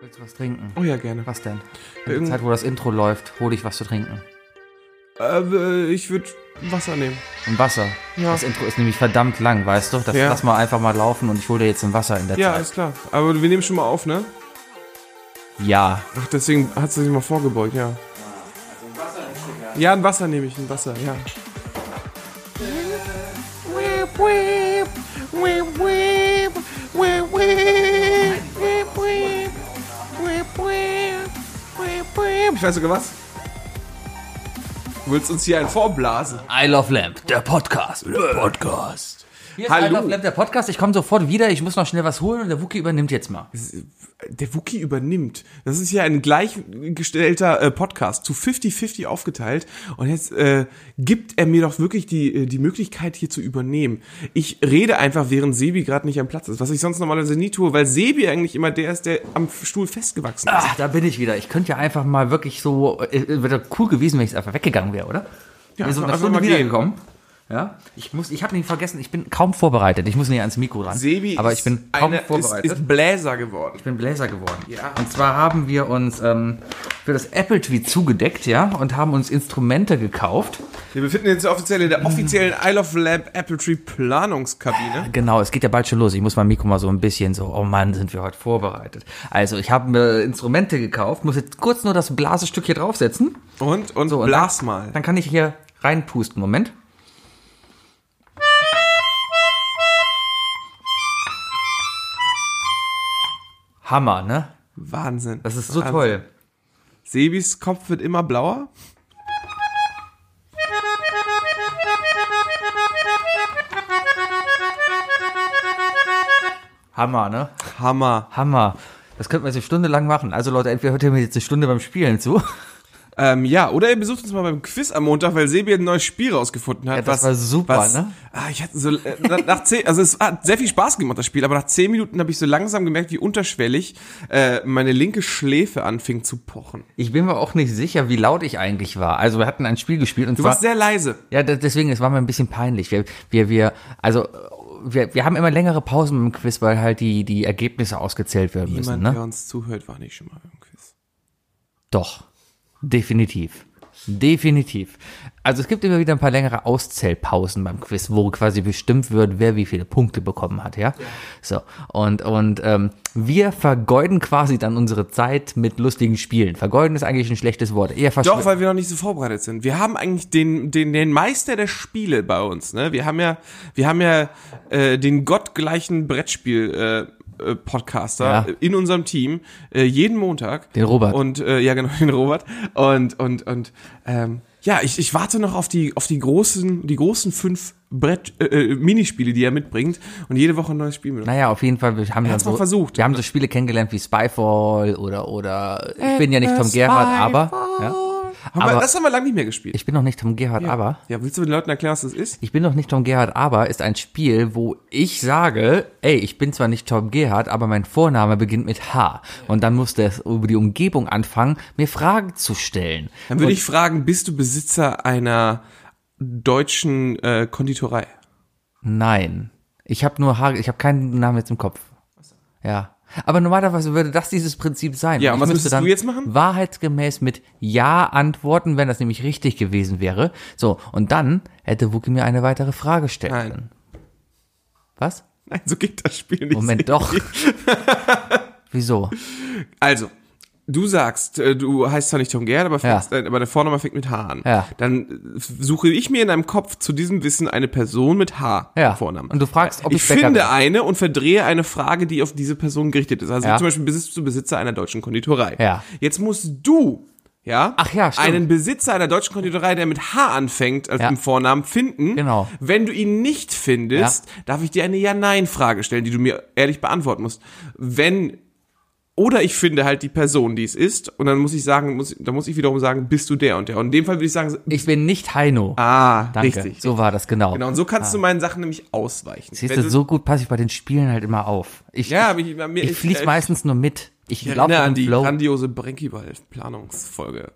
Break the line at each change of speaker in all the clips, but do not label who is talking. Willst du was trinken?
Oh ja, gerne.
Was denn? In der
Irgend-
Zeit, wo das Intro läuft, hol ich was zu trinken.
Äh, ich würde Wasser nehmen.
Und Wasser.
Ja.
Das Intro ist nämlich verdammt lang, weißt du? Das
Ja.
lass mal einfach mal laufen und ich hole dir jetzt ein Wasser in der
Ja,
Zeit.
ist klar. Aber wir nehmen schon mal auf, ne?
Ja.
Ach, deswegen hat sie sich mal vorgebeugt, ja. Ja, ein Wasser nehme ich, ein Wasser, ja. Ich weiß sogar was. Du willst uns hier einen vorblasen?
Isle of Lamp, der Podcast.
Der Podcast.
Hier ist
Hallo.
Isle of Lamp, der Podcast. Ich komme sofort wieder. Ich muss noch schnell was holen und der Wookie übernimmt jetzt mal.
Der Wookie übernimmt. Das ist hier ein gleichgestellter äh, Podcast, zu 50-50 aufgeteilt. Und jetzt äh, gibt er mir doch wirklich die, äh, die Möglichkeit, hier zu übernehmen. Ich rede einfach, während Sebi gerade nicht am Platz ist, was ich sonst normalerweise nie tue, weil Sebi eigentlich immer der ist, der am Stuhl festgewachsen ist.
Ach, da bin ich wieder. Ich könnte ja einfach mal wirklich so. äh, Wäre doch cool gewesen, wenn ich einfach weggegangen wäre, oder? Ja, so eine
einfach
Stunde
mal gehen.
wiedergekommen. Ja, ich muss, ich habe nicht vergessen, ich bin kaum vorbereitet. Ich muss näher ans Mikro ran. aber ich bin kaum
eine-
vorbereitet.
Ist, ist Bläser geworden.
Ich bin Bläser geworden.
Ja.
Und zwar haben wir uns ähm, für das Apple Tree zugedeckt, ja, und haben uns Instrumente gekauft.
Wir befinden uns offiziell in der offiziellen
Mm.
Isle of Lamp Apple Tree Planungskabine.
Genau, es geht ja bald schon los. Ich muss mein Mikro mal so ein bisschen so, oh Mann, sind wir heute vorbereitet. Also, ich habe mir Instrumente gekauft, muss jetzt kurz nur das Blasestück hier draufsetzen.
Und, und,
und
blas
dann,
mal.
Dann kann ich hier reinpusten. Moment. Hammer, ne?
Wahnsinn.
Das ist so
Wahnsinn.
toll.
Sebis Kopf wird immer blauer.
Hammer, ne?
Hammer.
Hammer. Das könnten wir jetzt eine Stunde lang machen. Also Leute, entweder hört ihr mir jetzt eine Stunde beim Spielen zu.
Ähm, ja, oder ihr besucht uns mal beim Quiz am Montag, weil Sebi ein neues Spiel rausgefunden hat.
Ja, das war super, ne?
Ah, ich hatte so, äh, nach- nach zehn, also es hat sehr viel Spaß gemacht, das Spiel, aber nach zehn Minuten habe ich so langsam gemerkt, wie unterschwellig äh, meine linke Schläfe anfing zu pochen.
Ich bin mir auch nicht sicher, wie laut ich eigentlich war. Also wir hatten ein Spiel gespielt und
Du
zwar,
warst sehr leise.
ja, de- deswegen, es war mir ein bisschen peinlich. Wir, wir, wir, also äh, wir, wir haben immer längere Pausen im Quiz, weil halt die, die Ergebnisse ausgezählt werden müssen,
Jemand,
ne?
der uns zuhört, war nicht schon mal im Quiz.
Doch, definitiv. Definitiv. Also es gibt immer wieder ein paar längere Auszählpausen beim Quiz, wo quasi bestimmt wird, wer wie viele Punkte bekommen hat, ja? So. Und, und ähm, wir vergeuden quasi dann unsere Zeit mit lustigen Spielen. Vergeuden ist eigentlich ein schlechtes Wort. Eher verschw-
Doch, weil wir noch nicht so vorbereitet sind. Wir haben eigentlich den, den, den Meister der Spiele bei uns. Ne? Wir haben ja, wir haben ja äh, den gottgleichen Brettspiel. Äh, äh, Podcaster
Ja.
in unserem Team äh, jeden Montag.
Den Robert.
Und äh, ja, genau, den Robert. Und, und, und ähm, ja, ich, ich warte noch auf die, auf die großen, die großen fünf Brett, äh, äh, Minispiele, die er mitbringt und jede Woche ein neues Spiel mit.
Naja, auf jeden Fall, wir haben ja
hat's
so,
mal versucht.
Wir haben so Spiele kennengelernt wie Spyfall oder, oder, ich bin ja nicht Tom Gerhardt, aber, ja,
Haben wir,
aber-
das haben wir lange nicht mehr gespielt.
ich bin noch nicht Tom Gerhardt, aber.
ja, willst du den Leuten erklären, was das ist?
Ich bin doch nicht Tom Gerhardt, aber ist ein Spiel, wo ich sage, ey, ich bin zwar nicht Tom Gerhardt, aber mein Vorname beginnt mit H. Und dann musste es über die Umgebung anfangen, mir Fragen zu stellen.
Dann würde ich fragen, bist du Besitzer einer deutschen äh, Konditorei?
Nein, ich habe nur Haare, ich habe keinen Namen jetzt im Kopf. Ja. Aber normalerweise würde das dieses Prinzip sein.
Ja, und
Ich
was
müsste
müsstest du jetzt machen?
Wahrheitsgemäß mit Ja antworten, wenn das nämlich richtig gewesen wäre. So, und dann hätte Wookie mir eine weitere Frage stellen
Nein.
können. Was?
Nein, so geht das Spiel nicht.
Moment, doch. Wieso?
Also, du sagst, äh, du heißt zwar nicht Tom Gerhardt, aber,
Ja.
fängst, äh, aber der Vorname fängt mit H an.
Ja.
Dann äh, suche ich mir in deinem Kopf zu diesem Wissen eine Person mit H
Ja.
im Vornamen.
Und du fragst, ob
ich
ich Bäcker
finde
bin.
eine und verdrehe eine Frage, die auf diese Person gerichtet ist. Also
Ja.
zum Beispiel bist du Besitzer einer deutschen Konditorei.
Ja.
Jetzt musst du ja,
Ach ja, stimmt.
einen Besitzer einer deutschen Konditorei, der mit H anfängt, als
Ja.
im Vornamen finden.
Genau.
Wenn du ihn nicht findest, darf ich dir eine Ja-Nein-Frage stellen, die du mir ehrlich beantworten musst. Wenn oder ich finde halt die Person, die es ist, und dann muss ich sagen, muss, dann muss ich wiederum sagen, bist du der und der. Und in dem Fall würde ich sagen,
Ich bin nicht Heino.
ah,
Danke.
richtig.
So war das, genau.
Genau, und so kannst du meinen Sachen nämlich ausweichen.
Siehst
Wenn
du, so gut passe ich bei den Spielen halt immer auf. Ich,
ja, aber
ich,
ich, mir,
ich, fließ
äh,
meistens nur mit. Ich
ich
laufe
erinnere an
im
die
Flow.
grandiose Brinkyball-Planungsfolge.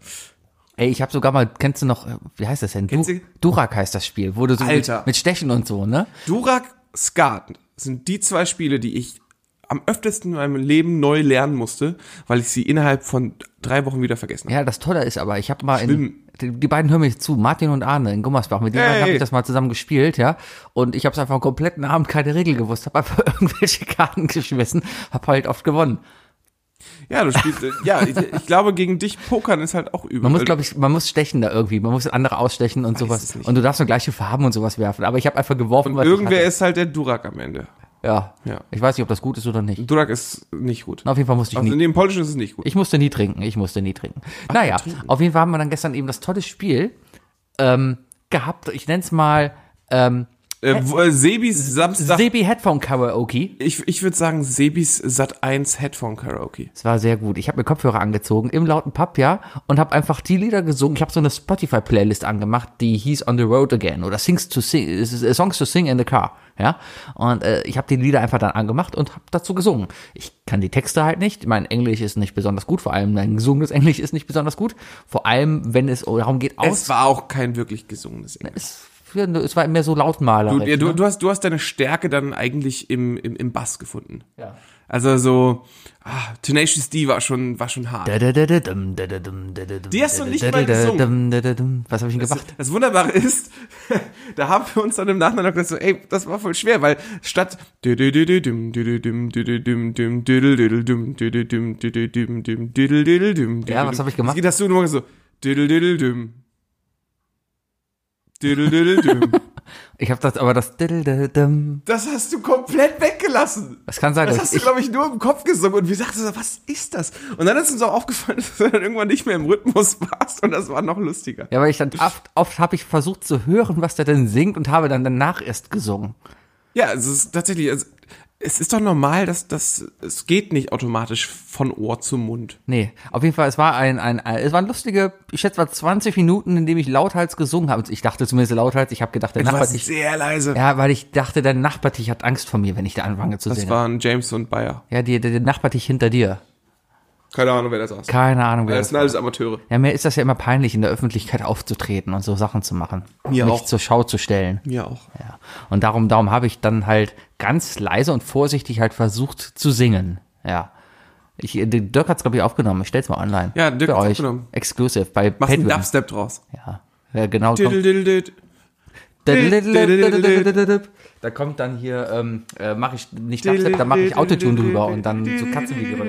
Ey, ich habe sogar mal, kennst du noch, äh, wie heißt das denn? Du,
Kennst du-
Durak heißt das Spiel, wo du so mit,
Alter.
mit Stechen und so, ne?
Durak, Skat sind die zwei Spiele, die ich am öftesten in meinem Leben neu lernen musste, weil ich sie innerhalb von drei Wochen wieder vergessen habe.
Ja, das Tolle ist aber, ich habe mal in,
Schwimmen.
die, die beiden hören mich zu, Martin und Arne in Gummersbach, mit denen
Hey.
habe ich das mal zusammen gespielt, ja. Und ich habe es einfach einen kompletten Abend keine Regel gewusst, habe einfach irgendwelche Karten geschmissen, habe halt oft gewonnen.
Ja, du spielst, äh, ja, ich, ich glaube, gegen dich pokern ist halt auch übel.
Man muss, glaube ich, man muss stechen da irgendwie, man muss andere ausstechen und
es
sowas.
nicht.
Und du darfst nur gleiche Farben und sowas werfen. Aber ich habe einfach geworfen, was
Irgendwer
ich
ist halt der Durak am Ende.
hatte. Ja. ja.
Ja.
Ich weiß nicht, ob das gut ist oder nicht.
Durak ist nicht gut.
Auf jeden Fall musste ich nie
Also in dem Polnischen ist es nicht gut.
Ich musste nie trinken, ich musste nie trinken. naja, auf jeden Fall haben wir dann gestern eben das tolle Spiel ähm, gehabt. Ich nenne es mal ähm,
Äh, wo- äh, Sebis Samstag.
Sebi Headphone Karaoke.
ich ich würde sagen Sebis Sat 1 Headphone Karaoke.
Es war sehr gut. Ich habe mir Kopfhörer angezogen im lauten Pub, ja, und habe einfach die Lieder gesungen. Ich habe so eine Spotify-Playlist angemacht, die hieß On the Road Again oder Sings to Sing, äh, Songs to Sing in the Car, ja. Und äh, ich habe die Lieder einfach dann angemacht und habe dazu gesungen. Ich kann die Texte halt nicht. Mein Englisch ist nicht besonders gut, vor allem mein gesungenes Englisch ist nicht besonders gut. Vor allem, wenn es darum geht, aus
Es war auch kein wirklich gesungenes Englisch.
Es, ja, ne, es war mehr so lautmaler.
Du, ja, du, du, hast, du hast deine Stärke dann eigentlich im, im, im Bass gefunden.
Ja.
Also so, ah, Tenacious D war schon, war schon hart.
ne? Die
hast du nicht mal gesungen.
Was habe ich denn gemacht?
Das Wunderbare ist, da haben wir uns dann im Nachhinein auch gedacht, so, ey, das war voll schwer, weil statt Ja,
Ja, was hab ich gemacht?
Geht das so nur so
Ich habe das aber das. Diddle-diddle-dum.
Das hast du komplett weggelassen.
Das kann sein,
Das
dass
hast du,
ich.
glaube ich, nur im Kopf gesungen und wir dachten so, was ist das? Und dann ist uns auch aufgefallen, dass du dann irgendwann nicht mehr im Rhythmus warst und das war noch lustiger.
Ja, weil ich dann oft, oft habe ich versucht zu hören, was der denn singt und habe dann danach erst gesungen.
Ja, es ist tatsächlich, es, es ist doch normal, dass das, es geht nicht automatisch von Ohr zu Mund.
Nee, auf jeden Fall, es war ein, ein, ein es waren lustige, ich schätze mal 20 Minuten, in dem ich lauthals gesungen habe. Ich dachte zumindest lauthals, ich habe gedacht, der
Du
Nachbar,
warst
ich,
sehr leise.
ja, weil ich dachte, der Nachbartisch hat Angst vor mir, wenn ich da anfange zu
das
singen.
waren James und Bayer.
Ja, die, der, der Nachbartisch hinter dir.
Keine Ahnung, wer das war.
Keine Ahnung, wer
Das sind alles Amateure.
Ja, mir ist das ja immer peinlich, in der Öffentlichkeit aufzutreten und so Sachen zu machen.
Mir
Mich
auch.
zur Schau zu stellen.
Mir auch.
Ja. Und darum, darum habe ich dann halt ganz leise und vorsichtig halt versucht zu singen. Ja. Ich, äh, Dirk hat's, glaube ich, aufgenommen. Ich stell's mal online.
Ja, Dirk
Für
hat's
euch.
aufgenommen.
Exclusive bei
Machst einen
Pedwin.
Dubstep draus.
Ja. ja, genau. Kommt.
Diddle-diddle-did.
Da kommt dann hier, ähm, äh, mache ich nicht Dubstep, da mache ich Autotune drüber und dann so Katzenvideo.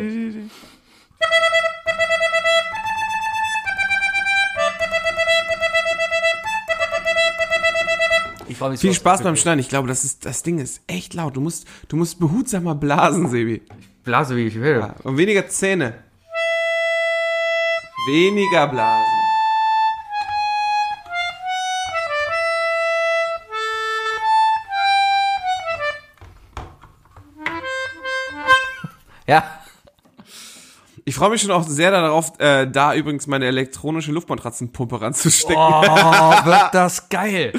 Ich freue mich so
Viel
auf-
Spaß beim Schneiden. Ich glaube, das ist, das Ding ist echt laut. Du musst, du musst behutsamer blasen, Sebi.
Blase, wie ich will.
Und weniger Zähne. Weniger blasen.
Ja.
Ich freue mich schon auch sehr darauf, äh, da übrigens meine elektronische Luftmatratzenpumpe ranzustecken.
Oh, wird das geil.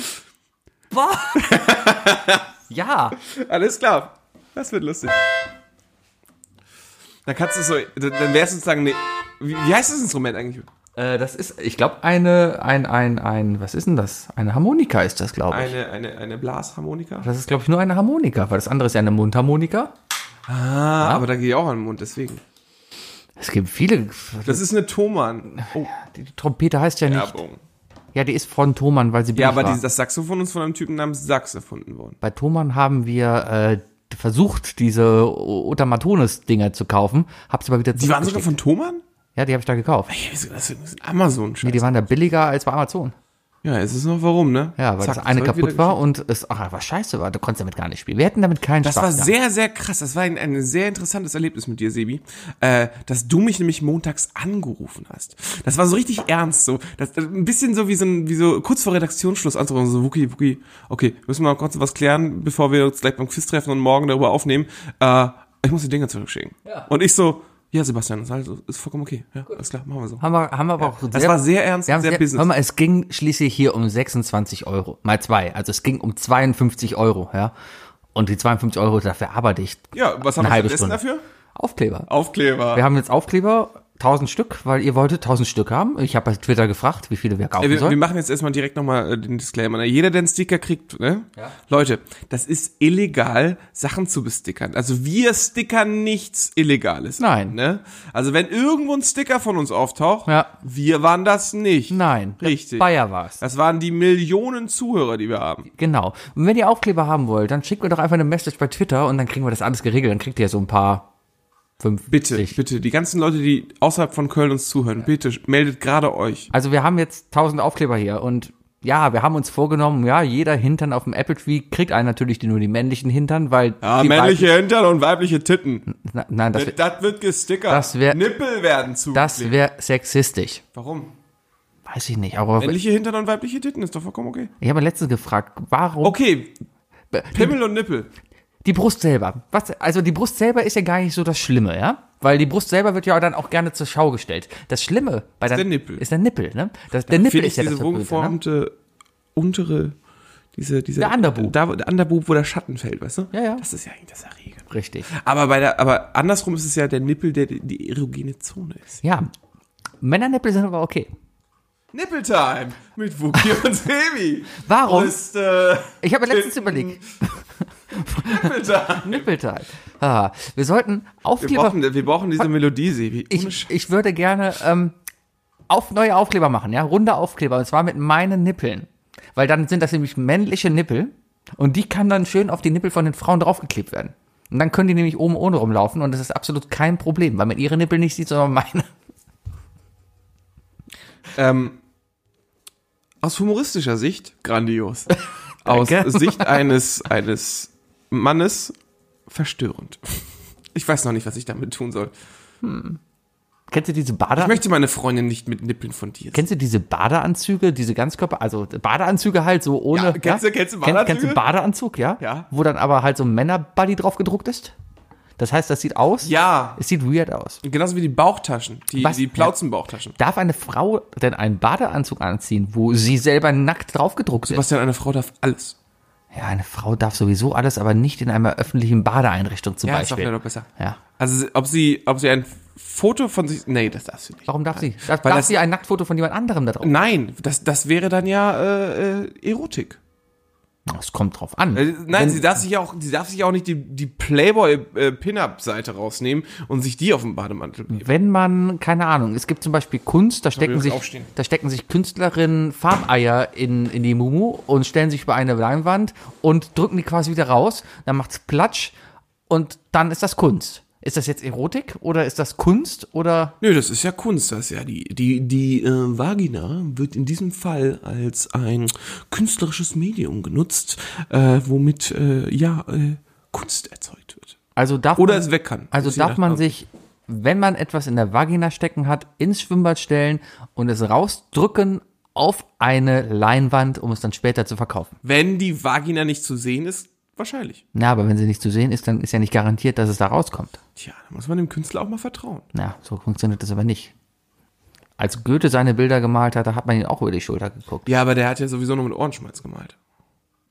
Boah. ja.
Alles klar. Das wird lustig. Dann kannst du so, dann dann wär's sozusagen eine, wie, wie heißt das Instrument eigentlich?
Äh, das ist, ich glaube, eine, ein, ein, ein, was ist denn das? Eine Harmonika ist das, glaube ich.
Eine, eine, eine Blasharmonika?
Das ist, glaube ich, nur eine Harmonika, weil das andere ist ja eine Mundharmonika.
Ah, aber da gehe ich auch an den Mund, deswegen.
Es gibt viele.
Das ist eine Thomann. Oh,
Die Trompete heißt ja nicht.
Werbung.
Ja, die ist von Thomann, weil sie billig
Ja, aber
war.
die, das Saxophon ist von einem Typen namens Sax erfunden worden.
Bei Thomann haben wir äh, versucht, diese Otamatones-Dinger zu kaufen. Hab sie aber wieder
Die waren sogar
zurückgeschickt.
von Thomann?
Ja, die habe ich da gekauft.
Ey, wieso- Das ist amazon
Nee, die waren da billiger als bei Amazon.
Ja, es ist noch warum, ne?
Ja, weil
Zack,
das eine
zurück, wieder
kaputt war und es ach, was scheiße war. Du konntest damit gar nicht spielen. Wir hätten damit keinen
Das
Spaß.
war
gehabt.
sehr, sehr krass. Das war ein, ein sehr interessantes Erlebnis mit dir, Sebi, äh, dass du mich nämlich montags angerufen hast. Das war so richtig ernst, so das, äh, ein bisschen so wie so, ein, wie so kurz vor Redaktionsschluss anzurufen, so Wuki, Wuki, okay, müssen wir mal kurz was klären, bevor wir uns gleich beim Quiz treffen und morgen darüber aufnehmen. Äh, ich muss die Dinge zurückschicken.
Ja.
Und ich so, ja, Sebastian, ist, also, ist vollkommen okay. Ja, alles klar, machen wir so.
Haben wir, haben wir aber auch
Das war sehr ernst,
wir haben
sehr,
Hör
business.
mal, es ging schließlich hier um 26 Euro. Mal zwei. Also es ging um 52 Euro, ja. Und die 52 Euro, dafür arbeite ich.
Ja, was haben
Eine
wir
halbe
stattdessen
Stunde.
dafür?
Aufkleber.
Aufkleber.
Wir haben jetzt Aufkleber 1000 Stück, weil ihr wolltet 1000 Stück haben. Ich habe bei Twitter gefragt, wie viele wir kaufen
Äh, wir, wir
sollen.
machen jetzt erstmal direkt nochmal äh, den Disclaimer. ne? Jeder, der einen Sticker kriegt, ne? Leute, das ist illegal, Sachen zu bestickern. Also wir stickern nichts Illegales.
Nein.
Ne? Also wenn irgendwo ein Sticker von uns auftaucht,
Ja.
wir waren das nicht.
Nein, der
Richtig.
Bayer war's.
Das waren die Millionen Zuhörer, die wir haben.
Genau. Und wenn ihr Aufkleber haben wollt, dann schickt mir doch einfach eine Message bei Twitter und dann kriegen wir das alles geregelt. Dann kriegt ihr so ein paar fünf.
Bitte, bitte, die ganzen Leute, die außerhalb von Köln uns zuhören, bitte meldet gerade euch.
Also wir haben jetzt 1000 Aufkleber hier und ja, wir haben uns vorgenommen, ja, jeder Hintern auf dem Apple Tree kriegt einen natürlich die- nur die männlichen Hintern, weil
Ah,
die
männliche Hintern und weibliche Titten.
Weiblichen- Na, nein, das, wär-
Das wird gestickert.
Das wär-
Nippel werden zu.
das wäre sexistisch.
Warum?
Weiß ich nicht, aber
Männliche Hintern und weibliche Titten ist doch vollkommen okay.
ich habe letztens gefragt, warum
Okay, Pimmel und Nippel.
die Brust selber. Was, also die Brust selber ist ja gar nicht so das Schlimme, ja? Weil die Brust selber wird ja dann auch gerne zur Schau gestellt. Das Schlimme bei ist
der Nippel.
Ist der Nippel, ne? Das, der Nippel
Finde
ist
ich
ja
diese
das Verbrühte, ne?
wogenformte untere, diese, diese.
Der Underboob.
Da, der Underboob, wo der Schatten fällt, weißt du?
Ja, ja.
Das ist ja eigentlich das Erregende.
Richtig.
Aber bei der, aber andersrum ist es ja der Nippel, der die- die erogene Zone ist.
Ja. Männernippel sind aber okay.
Nippeltime mit Wookie und Sebi.
Warum?
Ist, äh,
Ich habe mir letztens überlegt,
Nippeltime.
Nippelteil. Ah, wir sollten
Wir
Aufkleber.
brauchen, wir brauchen diese Melodie, Sebi. Ohne
Ich,
Sch-
ich würde gerne ähm, auf neue Aufkleber machen, ja, runde Aufkleber. Und zwar mit meinen Nippeln. Weil dann sind das nämlich männliche Nippel und die kann dann schön auf die Nippel von den Frauen draufgeklebt werden. Und dann können die nämlich oben ohne rumlaufen und das ist absolut kein Problem, weil man ihre Nippel nicht sieht, sondern meine.
Ähm, aus humoristischer Sicht grandios. aus Sicht eines, eines Mannes verstörend. Ich weiß noch nicht, was ich damit tun soll.
Kennst du diese
Ich
Bader?
möchte meine Freundin nicht mit Nippeln von dir.
Kennst du diese Badeanzüge, diese Ganzkörper, also Badeanzüge halt so ohne.
Ja, kennst du- kennst du
Kenn- Kennst du
Badeanzüge?
einen Badeanzug, ja?
Ja.
Wo dann aber halt so ein Männerbuddy drauf gedruckt ist? Das heißt, das sieht aus?
ja,
Es sieht weird aus.
genauso wie die Bauchtaschen, die,
Was?
die Plauzenbauchtaschen.
Darf eine Frau denn einen Badeanzug anziehen, wo sie selber nackt drauf gedruckt ist?
Sebastian, eine Frau darf alles.
Ja, eine Frau darf sowieso alles, aber nicht in einer öffentlichen Badeeinrichtung zum
Ja, das ist doch
Beispiel.
vielleicht doch besser.
Ja.
Also, ob sie, ob sie ein Foto von sich, nee, das darf sie nicht.
Warum darf sie? Darf,
Weil
darf
das-
sie ein Nacktfoto von jemand anderem da drauf?
Nein, das, das wäre dann ja, äh, äh, Erotik.
Es kommt drauf an.
Äh, Nein, sie darf sich auch, sie darf sich auch nicht die, die Playboy-Pin-Up-Seite rausnehmen und sich die auf den Bademantel kleben.
Wenn man, keine Ahnung, es gibt zum Beispiel Kunst, da stecken
muss
sich,
aufstehen.
da stecken sich Künstlerinnen Farbeier in, in die Mumu und stellen sich über eine Leinwand und drücken die quasi wieder raus, dann macht's Platsch und dann ist das Kunst. Ist das jetzt Erotik oder ist das Kunst oder
Nö, das ist ja Kunst, das ist ja die, die, die äh, Vagina wird in diesem Fall als ein künstlerisches Medium genutzt, äh, womit, äh, ja, äh, Kunst erzeugt wird.
also darf
Oder
man,
es weg kann.
also
Ist je
darf
nach-
man sich, wenn man etwas in der Vagina stecken hat, ins Schwimmbad stellen und es rausdrücken auf eine Leinwand, um es dann später zu verkaufen.
Wenn die Vagina nicht zu sehen ist, wahrscheinlich.
Na, aber wenn sie nicht zu sehen ist, dann ist ja nicht garantiert, dass es da rauskommt.
Tja, da muss man dem Künstler auch mal vertrauen.
Na, so funktioniert das aber nicht. Als Goethe seine Bilder gemalt hat, da hat man ihn auch über die Schulter geguckt.
Ja, aber der hat ja sowieso nur mit Ohrenschmalz gemalt.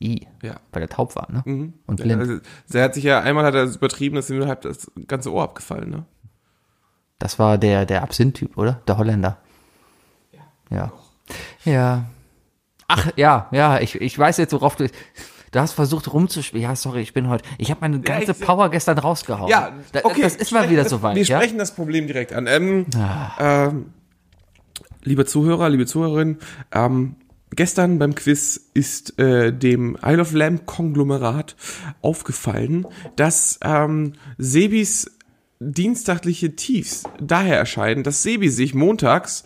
I,
Ja.
weil er taub war, ne? Und blind.
Also, der hat sich ja, einmal hat er es übertrieben, dass ihm halb das ganze Ohr abgefallen, ne?
Das war der, der Absinth-Typ, oder? Der Holländer. Ja. Ja. Ach, ja, ja, ich, ich weiß jetzt, worauf du. Du hast versucht rumzuspielen. Ja, sorry, ich bin heute. Ich habe meine ganze
ich-
Power gestern rausgehauen.
Ja,
da,
okay.
Das ist mal wieder soweit.
Wir
Ja? Ah.
sprechen das Problem direkt an. Ähm, ähm, liebe Zuhörer, liebe Zuhörerinnen, ähm, gestern beim Quiz ist äh, dem Isle of Lamb Konglomerat aufgefallen, dass ähm, Sebis dienstagliche Tiefs daher erscheinen, dass Sebi sich montags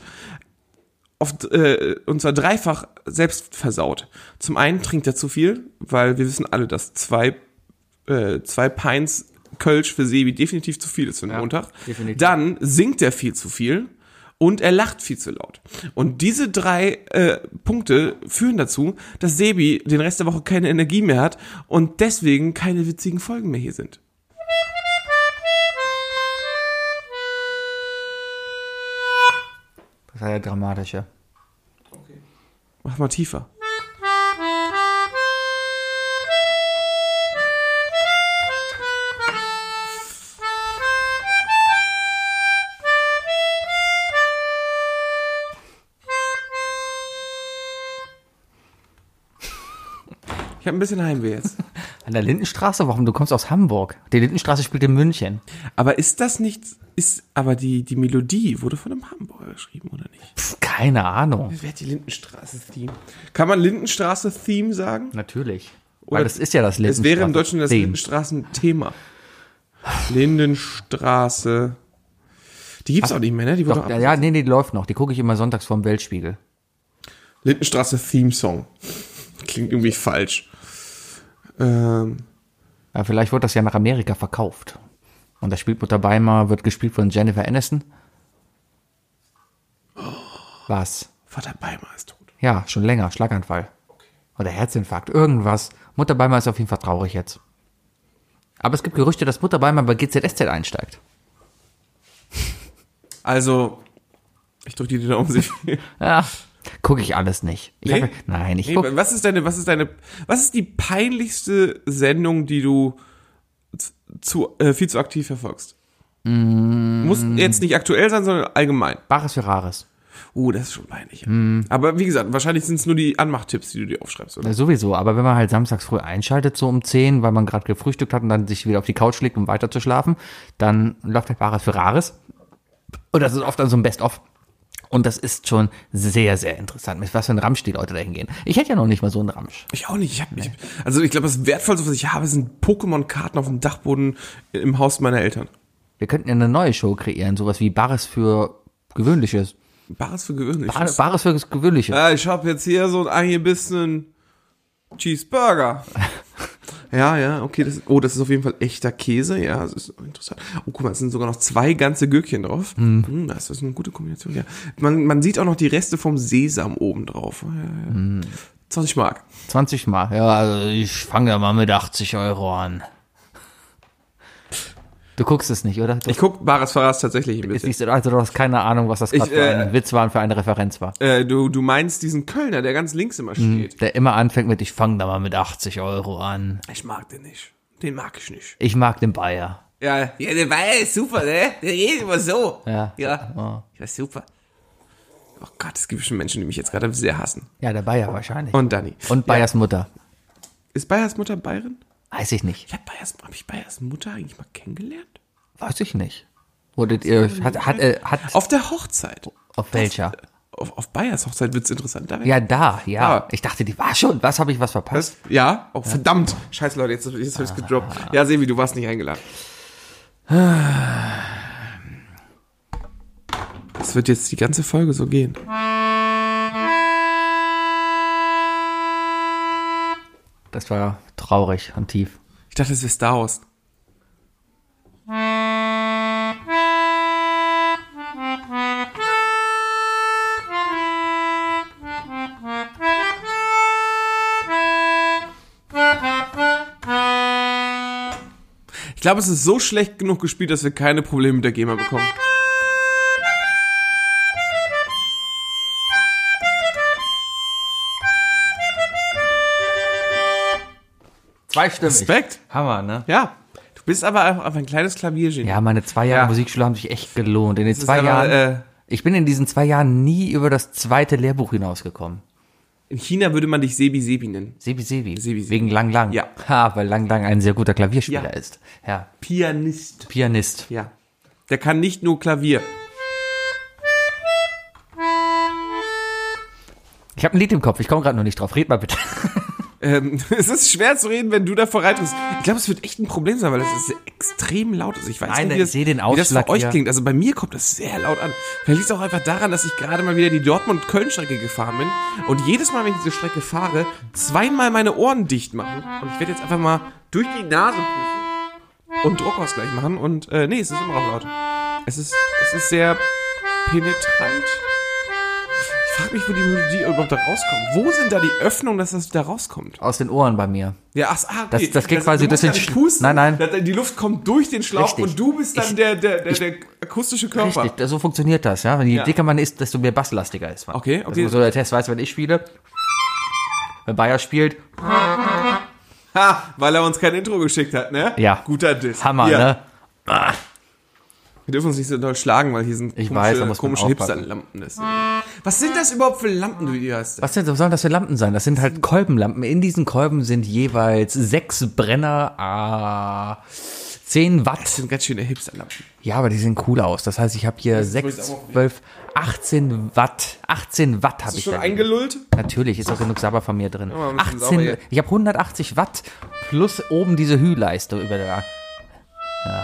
oft, äh, und zwar dreifach selbst versaut. Zum einen trinkt er zu viel, weil wir wissen alle, dass zwei äh, zwei Pints Kölsch für Sebi definitiv zu viel ist für den Montag.
definitiv.
Dann singt er viel zu viel und er lacht viel zu laut. Und diese drei äh, Punkte führen dazu, dass Sebi den Rest der Woche keine Energie mehr hat und deswegen keine witzigen Folgen mehr hier sind.
Das war ja dramatisch, ja.
Mach mal tiefer. Ich habe ein bisschen Heimweh jetzt.
An der Lindenstraße? Warum? Du kommst aus Hamburg. Die Lindenstraße spielt in München.
Aber ist das nicht, ist, aber die, die Melodie wurde von einem Hamburger geschrieben, oder nicht?
Pff, keine Ahnung.
Wer hat die Lindenstraße-Theme? Kann man Lindenstraße-Theme sagen?
Natürlich.
Oder
Weil das ist ja das
Es wäre in Deutschland das
Lindenstraße-Theme.
Lindenstraßen-Thema. Lindenstraße. Die gibt's auch nicht mehr, ne? Die wurde
Doch,
auch
ja, nee, nee, die läuft noch. Die gucke ich immer sonntags vorm Weltspiegel.
Lindenstraße Theme Song. Klingt irgendwie falsch. Ähm,
Ja, Äh, vielleicht wird das ja nach Amerika verkauft. Und das spielt Mutter Beimer, wird gespielt von Jennifer Aniston. Was?
Vater Beimer ist tot.
Ja, schon länger, Schlaganfall. Oder Herzinfarkt, irgendwas. Mutter Beimer ist auf jeden Fall traurig jetzt. Aber es gibt Gerüchte, dass Mutter Beimer bei GZSZ einsteigt.
Also, ich drücke dir die um Daumen. Sefi.
Ja, gucke ich alles nicht. Ich
Nee?
hab, nein, ich
nee,
gucke.
was ist deine, was ist deine, was ist die peinlichste Sendung, die du z- zu, äh, viel zu aktiv verfolgst?
Mm.
Muss jetzt nicht aktuell sein, sondern allgemein.
Bares für Rares.
Oh, das ist schon peinlich.
Mm.
Aber wie gesagt, wahrscheinlich sind es nur die Anmachtipps, die du dir aufschreibst, oder?
Ja, Sowieso, aber wenn man halt samstags früh einschaltet, so um 10, weil man gerade gefrühstückt hat und dann sich wieder auf die Couch legt, um weiter zu schlafen, dann läuft halt Bares für Rares. Und das ist oft dann so ein Best-of. Und das ist schon sehr, sehr interessant, mit was für ein Ramsch die Leute da hingehen. Ich hätte ja noch nicht mal so einen Ramsch.
Ich auch nicht. Ich hab, ich, also ich glaube, das Wertvollste, was ich habe, sind Pokémon-Karten auf dem Dachboden im Haus meiner Eltern.
Wir könnten ja eine neue Show kreieren, sowas wie Bares für Gewöhnliches.
Bares Äh. für gewöhnlich.
Bar- Bares für Gewöhnliches.
Ja, ich habe jetzt hier so ein bisschen Cheeseburger. ja, ja, okay. Das, oh, das ist auf jeden Fall echter Käse. Ja, das ist interessant. Oh, guck mal, es sind sogar noch zwei ganze Gürkchen drauf. Hm, das ist eine gute Kombination, ja. Man, man sieht auch noch die Reste vom Sesam oben drauf. Ja, ja. 20 Mark.
20 Mal. Ja, also ich fange ja mal mit 80 Euro an. Du guckst es nicht, oder? Du
Ich guck Bares Verras tatsächlich ein bisschen.
Siehst du, also du hast keine Ahnung, was das gerade für
äh,
ein Witz war und für eine Referenz war.
Äh, du, du meinst diesen Kölner, der ganz links immer steht.
Der immer anfängt mit, ich fange da mal mit 80 Euro an.
Ich mag den nicht. Den mag ich nicht.
Ich mag den Bayer.
Ja, ja der war ja super, ne? Der redet immer so.
Ja.
Ja. Ja, super. Oh Gott, es gibt schon Menschen, die mich jetzt gerade sehr hassen.
Ja, der Bayer wahrscheinlich. Und,
Und Dani.
Bayers Mutter.
Ist Bayers Mutter Bayern?
Weiß ich nicht.
Ich hab Bayers, hab ich Bayers Mutter eigentlich mal kennengelernt?
Weiß ich nicht. Wurdet ihr, hat, hat, äh, hat,
Auf der Hochzeit.
auf welcher?
Auf, auf Bayers Hochzeit wird's interessanter werden.
Ja, da, ja.
Ah.
Ich dachte, die war schon. Was, habe ich was verpasst?
Ja? Oh, verdammt. Scheiße, Leute, jetzt, jetzt
Ah.
hab ich's gedroppt. Ja, Sevi, du warst nicht eingeladen. Das wird jetzt die ganze Folge so gehen.
Das war traurig und tief.
Ich dachte, es wäre Star Wars. Ich glaube, es ist so schlecht genug gespielt, dass wir keine Probleme mit der GEMA bekommen.
Zwei Stimmen.
Respekt.
Hammer, ne?
Ja. Du bist aber einfach einfach ein kleines Klaviergenie.
Ja, meine zwei Jahre
Ja.
Musikschule haben sich echt gelohnt. In den
ist
zwei
aber,
Jahren.
äh,
ich bin in diesen zwei Jahren nie über das zweite Lehrbuch hinausgekommen.
In China würde man dich Sebi Sebi nennen.
Sebi Sebi.
Sebi Sebi.
Wegen Lang Lang.
Ja.
Ha, weil Lang Lang ein sehr guter Klavierspieler
Ja.
ist. Ja.
Pianist.
Pianist.
Ja. Der kann nicht nur Klavier.
Ich habe ein Lied im Kopf, ich komme gerade noch nicht drauf. Red mal bitte.
Ähm, es ist schwer zu reden, wenn du da vorreitest. Ich glaube, es wird echt ein Problem sein, weil das ist extrem laut. ist. ich weiß
Nein,
nicht, wie
ich
das,
sehe den
wie das
Ausschlag
für euch
hier.
klingt. Also bei mir kommt das sehr laut an. Vielleicht liegt es auch einfach daran, dass ich gerade mal wieder die Dortmund-Köln-Strecke gefahren bin. Und jedes Mal, wenn ich diese Strecke fahre, zweimal meine Ohren dicht machen. Und ich werde jetzt einfach mal durch die Nase prüfen und Druckausgleich machen. Und äh, nee, es ist immer noch laut. Es ist, es ist sehr penetrant. Ich frage mich, wo die Melodie überhaupt da rauskommt. Wo sind da die Öffnungen, dass das da rauskommt?
Aus den Ohren bei mir.
Ja, ach, ah, okay.
Das- das geht quasi
du musst
durch
ja
den
nicht
Sch-
Pusten.
Nein, nein.
Das- Die Luft kommt durch den Schlauch
Richtig.
und du bist dann
Ich-
der, der, der, der akustische Körper.
Richtig, das- so funktioniert das, ja. Wenn je
Ja.
dicker man ist, desto mehr basslastiger ist man.
Okay,
Das
okay.
ist so der Test weiß, wenn ich spiele. Wenn Bayer spielt,
Ha, weil er uns kein Intro geschickt hat, ne?
Ja.
Guter Diss.
Hammer,
ja.
ne?
Wir dürfen uns nicht so doll schlagen, weil hier sind
Ich weiß, da muss man
komische
aufpassen.
Hipster-Lampen. deswegen. Was sind das überhaupt für Lampen, du Idiot?
Was, denn, was sollen das für Lampen sein? Das sind
Mhm.
halt Kolbenlampen. In diesen Kolben sind jeweils sechs Brenner, ah, 10
Das
Watt.
sind ganz schöne Hipster-Lampen.
Ja, aber die sehen cool aus. Das heißt, ich habe hier
ich
sechs,
auch nicht.
zwölf, 18 Watt. 18 Watt habe ich da liegen.
eingelullt?
Natürlich, ist auch genug Sabber von mir drin.
mal ein bisschen
18,
sauber hier.
ich habe 180 Watt plus oben diese Hühleiste über der. Ja.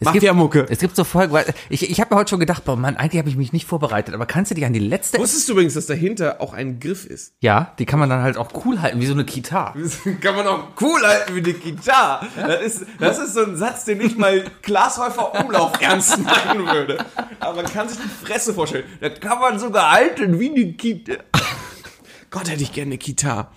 Es gibt-
Mafia-Mucke.
es gibt so Folgen, weil ich, ich habe mir heute schon gedacht, boah, Mann, eigentlich habe ich mich nicht vorbereitet, aber kannst du dich an die letzte.
Wusstest du übrigens, dass dahinter auch ein Griff ist?
Ja, die kann man dann halt auch cool halten, wie so eine Kita.
Kann man auch cool halten wie eine Gitarre. Das ist, das ist so ein Satz, den ich mal Glashäufer Umlauf ernst meinen würde. Aber man kann sich die Fresse vorstellen. Das kann man sogar halten wie eine Gitarre. Gott, hätte ich gerne eine Gitarre.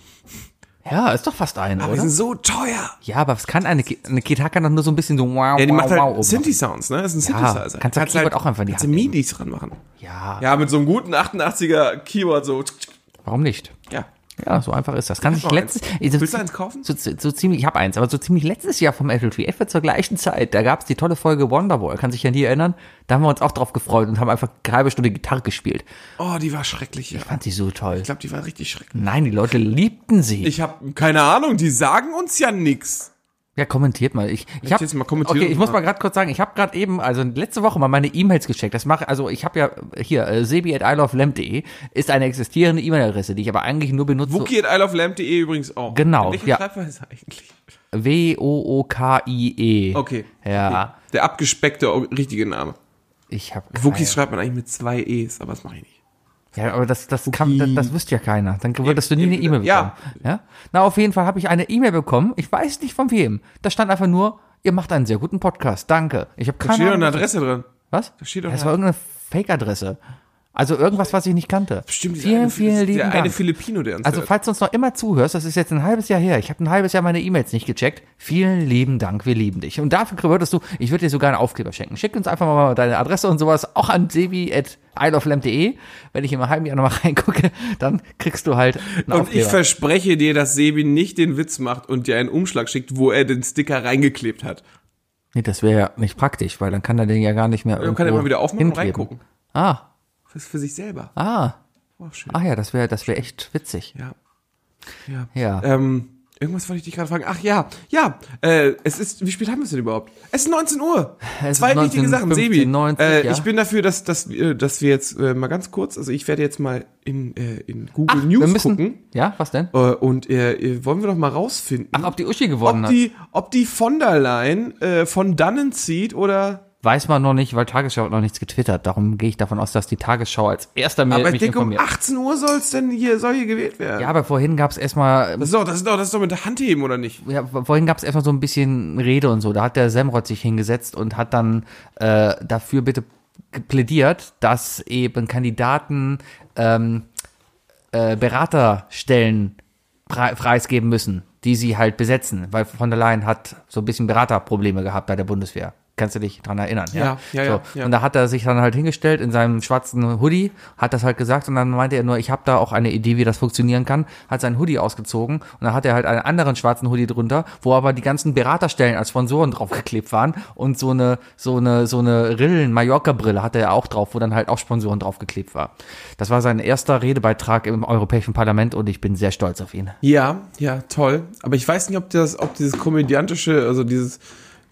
Ja, ist doch fast eine,
Die
oder?
sind so teuer.
Ja, aber was kann eine, Ki- eine Kita kann doch nur so ein bisschen so wow,
Ja, die
wow, wow.
macht halt
oben
Synthi-Sounds, ne? Das ist ein
Ja,
Synthesizer.
kannst du Keyboard auch einfach in die
Kannst du
Hand nehmen.
MIDIs dran machen.
drauf. Ja,
Ja, mit so einem guten 88er Keyboard so.
warum nicht?
Ja.
Ja, so einfach ist das. Kann ich
hab noch
letztes
eins. Willst du eins kaufen?
So, so so ziemlich, ich habe eins, aber so ziemlich letztes Jahr vom FLP, etwa zur gleichen Zeit, da gab's die tolle Folge Wonderwall, kann sich ja nie erinnern. Da haben wir uns auch drauf gefreut und haben einfach eine halbe Stunde Gitarre gespielt.
Oh, die war schrecklich. Ja. Ich
Fand sie so toll.
glaube, die war richtig schrecklich.
Nein, die Leute liebten sie.
Ich habe keine Ahnung, die sagen uns ja nix.
Ja, kommentiert mal. Ich, ich hab,
jetzt mal kommentieren Ah.
Okay, ich muss mal
mal.
gerade kurz sagen, ich habe gerade eben, also letzte Woche mal meine E-Mails gecheckt. Das mache, also ich habe ja hier äh, sebi at ilovelamp.de ist eine existierende E-Mail-Adresse, die ich aber eigentlich nur benutze.
Wookie at isleoflamp.de übrigens auch.
Genau,
Welche
ja.
Schreibweise eigentlich?
W o o k i e.
Okay.
Ja,
Okay. Der abgespeckte o- richtige Name.
ich habe.
Wookies schreibt man eigentlich mit zwei E's, aber das mache ich nicht.
Ja, aber das, das, kann, das, das wüsste ja keiner. Dann würdest du nie eine
eben,
E-Mail bekommen.
ja.
Ja. Na, auf jeden Fall habe ich eine E-Mail bekommen. Ich weiß nicht von wem. Da stand einfach nur, ihr macht einen sehr guten Podcast. Danke. Ich habe
Da steht
keine
doch eine
Ahnung.
Adresse drin.
Was?
Da steht doch
das
eine-
war irgendeine Fake-Adresse. Also irgendwas, was ich nicht kannte.
Bestimmt dieser
vielen,
eine,
vielen
der
lieben
eine
Dank.
Filipino, der uns
Also
hört.
falls du uns noch immer zuhörst, das ist jetzt ein halbes Jahr her, ich habe ein halbes Jahr meine E-Mails nicht gecheckt, vielen lieben Dank, wir lieben dich. Und dafür würdest du, ich würde dir sogar einen Aufkleber schenken. Schick uns einfach mal deine Adresse und sowas, auch an sebi at isleoflamp.de. Wenn ich im Heimjahr nochmal reingucke, dann kriegst du halt einen
Und ich
Aufkleber.
verspreche dir, dass Sebi nicht den Witz macht und dir einen Umschlag schickt, wo er den Sticker reingeklebt hat.
nee, das wäre ja nicht praktisch, weil dann kann er den ja gar nicht mehr
Man kann den
irgendwo
mal wieder aufmachen und
hinkleben.
reingucken.
Ah,
Für, für sich selber.
ah,
Oh, schön.
ah ja, das wäre das wäre echt witzig.
Ja. Ja.
Ja.
Ähm, irgendwas wollte ich dich gerade fragen. Ach ja, ja. Äh, es ist, wie spät haben wir es denn überhaupt? Es ist 19 Uhr.
Es
Zwei
ist 19,
wichtige Sachen,
15,
Sebi.
90,
äh,
ja.
Ich bin dafür, dass, dass, wir- dass wir jetzt äh, mal ganz kurz, also ich werde jetzt mal in, äh, in Google
wir
News
müssen,
gucken.
ja, was denn?
Äh, und äh, äh, wollen wir doch mal rausfinden,
Ach, ob die Uschi gewonnen
ob,
hat.
die, ob die von der Leyen äh, von Dannen zieht oder
Weiß man noch nicht, weil Tagesschau hat noch nichts getwittert. Darum gehe ich davon aus, dass die Tagesschau als erster mir
aber ich
mich
denke, um
informiert.
18 Uhr soll's denn hier, soll hier gewählt werden.
ja, aber vorhin gab es erstmal,
Das ist doch, das ist doch, das ist doch mit der Hand heben, oder nicht?
ja, vorhin gab es erstmal so ein bisschen Rede und so. Da hat der Semrott sich hingesetzt und hat dann äh, dafür bitte plädiert, dass eben Kandidaten ähm, äh, Beraterstellen pre preisgeben müssen, die sie halt besetzen, weil von der Leyen hat so ein bisschen Beraterprobleme gehabt bei der Bundeswehr. Kannst du dich dran erinnern?
Ja, ja, ja,
so.
ja.
Und da hat er sich dann halt hingestellt in seinem schwarzen Hoodie, hat das halt gesagt und dann meinte er nur, ich habe da auch eine Idee, wie das funktionieren kann, hat seinen Hoodie ausgezogen und dann hat er halt einen anderen schwarzen Hoodie drunter, wo aber die ganzen Beraterstellen als Sponsoren draufgeklebt waren und so eine so eine so eine Rillen Mallorca Brille hatte er auch drauf, wo dann halt auch Sponsoren draufgeklebt war. Das war sein erster Redebeitrag im Europäischen Parlament und ich bin sehr stolz auf ihn.
Ja, ja, toll. Aber ich weiß nicht, ob das, ob dieses komödiantische, also dieses,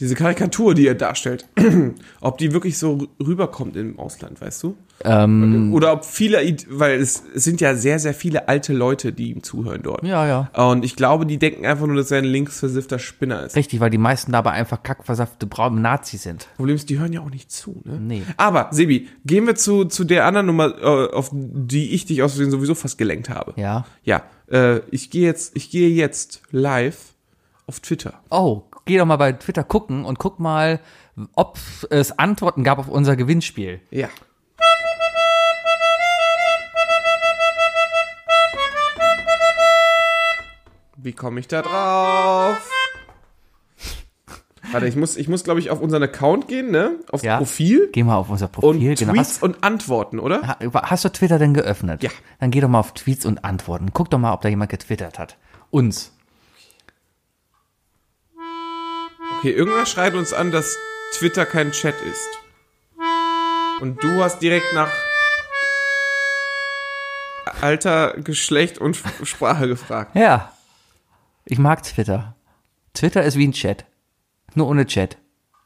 diese Karikatur, die er darstellt, ob die wirklich so rü- rüberkommt im Ausland, weißt du?
Ähm.
Oder ob viele, Id- weil es, es sind ja sehr, sehr viele alte Leute, die ihm zuhören dort.
Ja, ja.
Und ich glaube, die denken einfach nur, dass er ein linksversiffter Spinner ist.
Richtig, weil die meisten dabei einfach kackversafte braune Nazis sind.
Problem ist, die hören ja auch nicht zu, ne?
Nee.
Aber, Sebi, gehen wir zu, zu der anderen Nummer, äh, auf die ich dich aus Versehen sowieso fast gelenkt habe.
Ja.
Ja. Äh, ich gehe jetzt, ich gehe jetzt live auf Twitter.
Oh, geh doch mal bei Twitter gucken und guck mal, ob es Antworten gab auf unser Gewinnspiel.
Ja. Wie komme ich da drauf? Warte, ich muss, ich muss glaube ich, auf unseren Account gehen, ne? Aufs
Ja.
Profil
Geh mal auf unser
und
Profil. genau.
Tweets
Hast,
und Antworten, oder?
ha- hast du Twitter denn geöffnet?
Ja.
Dann geh doch mal auf Tweets und Antworten. Guck doch mal, ob da jemand getwittert hat. Uns.
Okay, irgendwer schreit uns an, dass Twitter kein Chat ist. Und du hast direkt nach Alter, Geschlecht und Sprache gefragt.
Ja. Ich mag Twitter. Twitter ist wie ein Chat. Nur ohne Chat.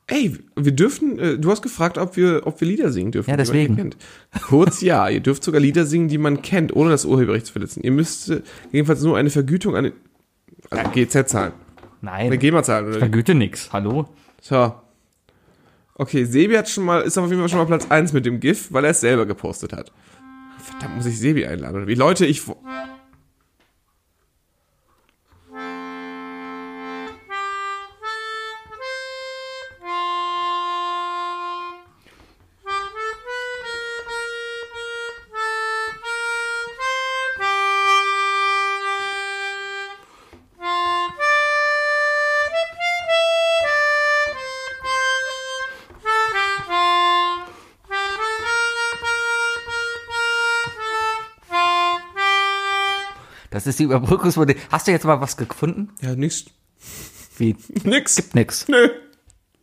Ey, wir dürfen, äh, du hast gefragt, ob wir, ob wir Lieder singen dürfen.
Ja,
die man
deswegen.
Kennt. Kurz ja, ihr dürft sogar Lieder singen, die man kennt, ohne das Urheberrecht zu verletzen. Ihr müsst äh, jedenfalls nur eine Vergütung an den, also GZ zahlen. Eine
Nein.
GEMA zahlen, oder?
Vergüte nix. Hallo?
So. Okay, Sebi hat schon mal, ist auf jeden Fall schon mal Platz 1 mit dem GIF, weil er es selber gepostet hat. Verdammt, muss ich Sebi einladen, oder wie? Leute, ich. wo-
Das ist die Überbrückungsmodell. Hast du jetzt mal was gefunden?
Ja, nix.
Wie?
Nix.
Nix.
Nö.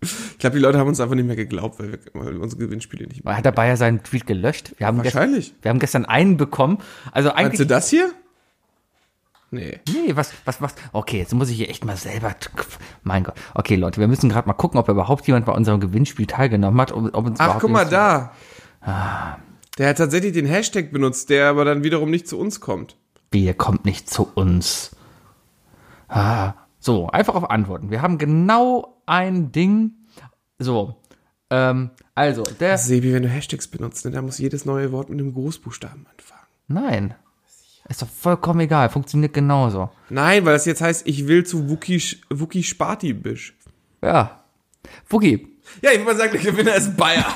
Ich glaube, die Leute haben uns einfach nicht mehr geglaubt, weil wir, weil wir unsere Gewinnspiele nicht mehr.
Hat der Bayer seinen Tweet gelöscht? Wir haben
Wahrscheinlich.
Gestern, wir haben gestern einen bekommen. Also
Meinst du
eigentlich. Hm?
das hier? Nee.
Nee, was, was, was? Okay, jetzt muss ich hier echt mal selber. Mein Gott. Okay, Leute, wir müssen gerade mal gucken, ob überhaupt jemand bei unserem Gewinnspiel teilgenommen hat. Ob, ob uns
Ach,
überhaupt Ah.
guck mal
jemand-
da. Der hat tatsächlich den Hashtag benutzt, der aber dann wiederum nicht zu uns kommt.
Bier kommt nicht zu uns. Ah, so, einfach auf Antworten. Wir haben genau ein Ding. So, ähm, also, der.
Sebi, wenn du Hashtags benutzt, ne, dann muss jedes neue Wort mit einem Großbuchstaben anfangen.
Nein. Ist doch vollkommen egal. Funktioniert genauso.
Nein, weil das jetzt heißt, ich will zu Wookie, Wookie Sparti bisch.
Ja. Fuki.
Ja, ich würde mal sagen, der Gewinner ist Bayer.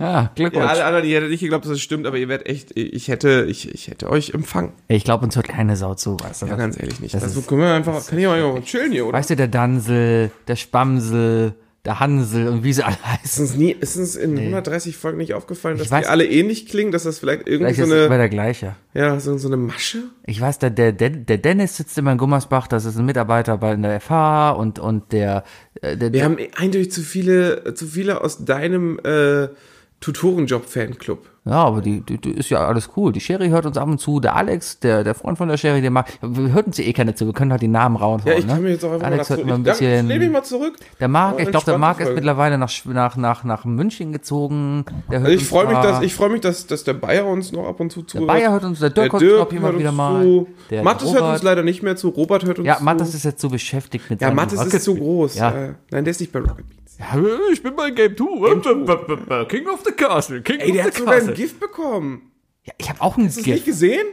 Ja, Glückwunsch.
Ja, alle anderen, ihr hättet nicht geglaubt, dass es stimmt, aber ihr werdet echt, ich hätte, ich, ich hätte euch empfangen.
ich glaube, uns hört keine Sau zu. Weißt du,
Ja, ganz ehrlich nicht.
Das
also
ist-
können wir einfach, kann ich auch einfach mal chillen hier, oder?
weißt du der Dansel, der Spamsel, der Hansel und wie sie alle
Ist
heißen.
uns, nie, ist uns in 130 Folgen nicht aufgefallen, dass
weiß-
die alle ähnlich klingen, dass das vielleicht irgendwie
Vielleicht
so
ist es immer
eine,
der gleiche.
ja, so, so eine Masche?
Ich weiß, der, der, der der Dennis sitzt immer in Gummersbach, das ist ein Mitarbeiter bei in der FH und, und der, äh, der,
Wir haben eindeutig zu viele, zu viele aus deinem äh, Tutorenjob-Fanclub.
Ja, aber die, die, die ist ja alles cool. Die Sherry hört uns ab und zu. Der Alex, der, der Freund von der Sherry, der mag. Wir hörten sie eh keine zu. Wir können halt die Namen raushauen.
Ja, ich kann
ne?
mir jetzt auch einfach
Alex
mal
hört immer ein
zurück- Ja, Ich lehne mich
bisschen.
mal zurück.
Der Marc,
Oh,
ich glaube, der
entspannte
Marc ist
Folge.
mittlerweile nach, Sch- nach, nach, nach München gezogen. Der hört
Also ich
uns
freue mich,
mal.
dass ich freue mich, dass, dass der Bayer uns noch ab und zu zuhört.
Bayer hört uns, der Dirk hört, glaub ich, immer wieder mal.
Zu.
Der
Mattes hört uns
Robert.
leider nicht mehr zu. Robert hört uns
Ja,
zu.
Mattes ist jetzt so beschäftigt mit
ja,
seinem
Mattes
Rocket-
ist zu groß.
Ja.
Äh, Nein, der ist nicht bei Rocket Beats.
Ich bin bei Game 2. King of the Castle. King
Ey, der hat sogar ein Gift bekommen.
Ja, ich habe auch ein
Hast du es nicht
Gift.
gesehen?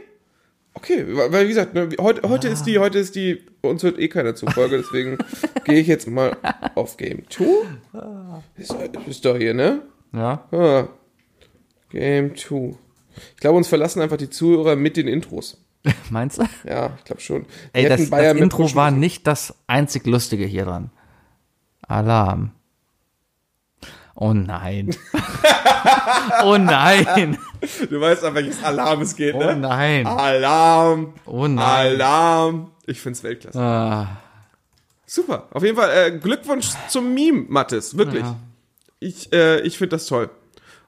Okay, weil weil wie gesagt, ne, heute, heute ist
Ah.
die, heute ist die, bei uns hört eh keiner zur Folge, deswegen gehe ich jetzt mal auf Game 2.
Ah.
Ist, ist doch hier, ne?
Ja.
Ah, Game 2. Ich glaube, uns verlassen einfach die Zuhörer mit den Intros.
Meinst du?
Ja, ich glaube schon.
Ey,
Wir
das,
hätten
das
mit
Intro
Rutschen
war
müssen.
nicht das einzig Lustige hier dran. Alarm. Oh nein. oh nein.
Du weißt an welches Alarm es geht,
Oh
ne?
nein.
Alarm,
Oh nein.
Alarm. Ich find's Weltklasse.
Ah,
Super. Auf jeden Fall äh, Glückwunsch zum Meme, Mattes. Wirklich. Ich, äh, ich find das toll.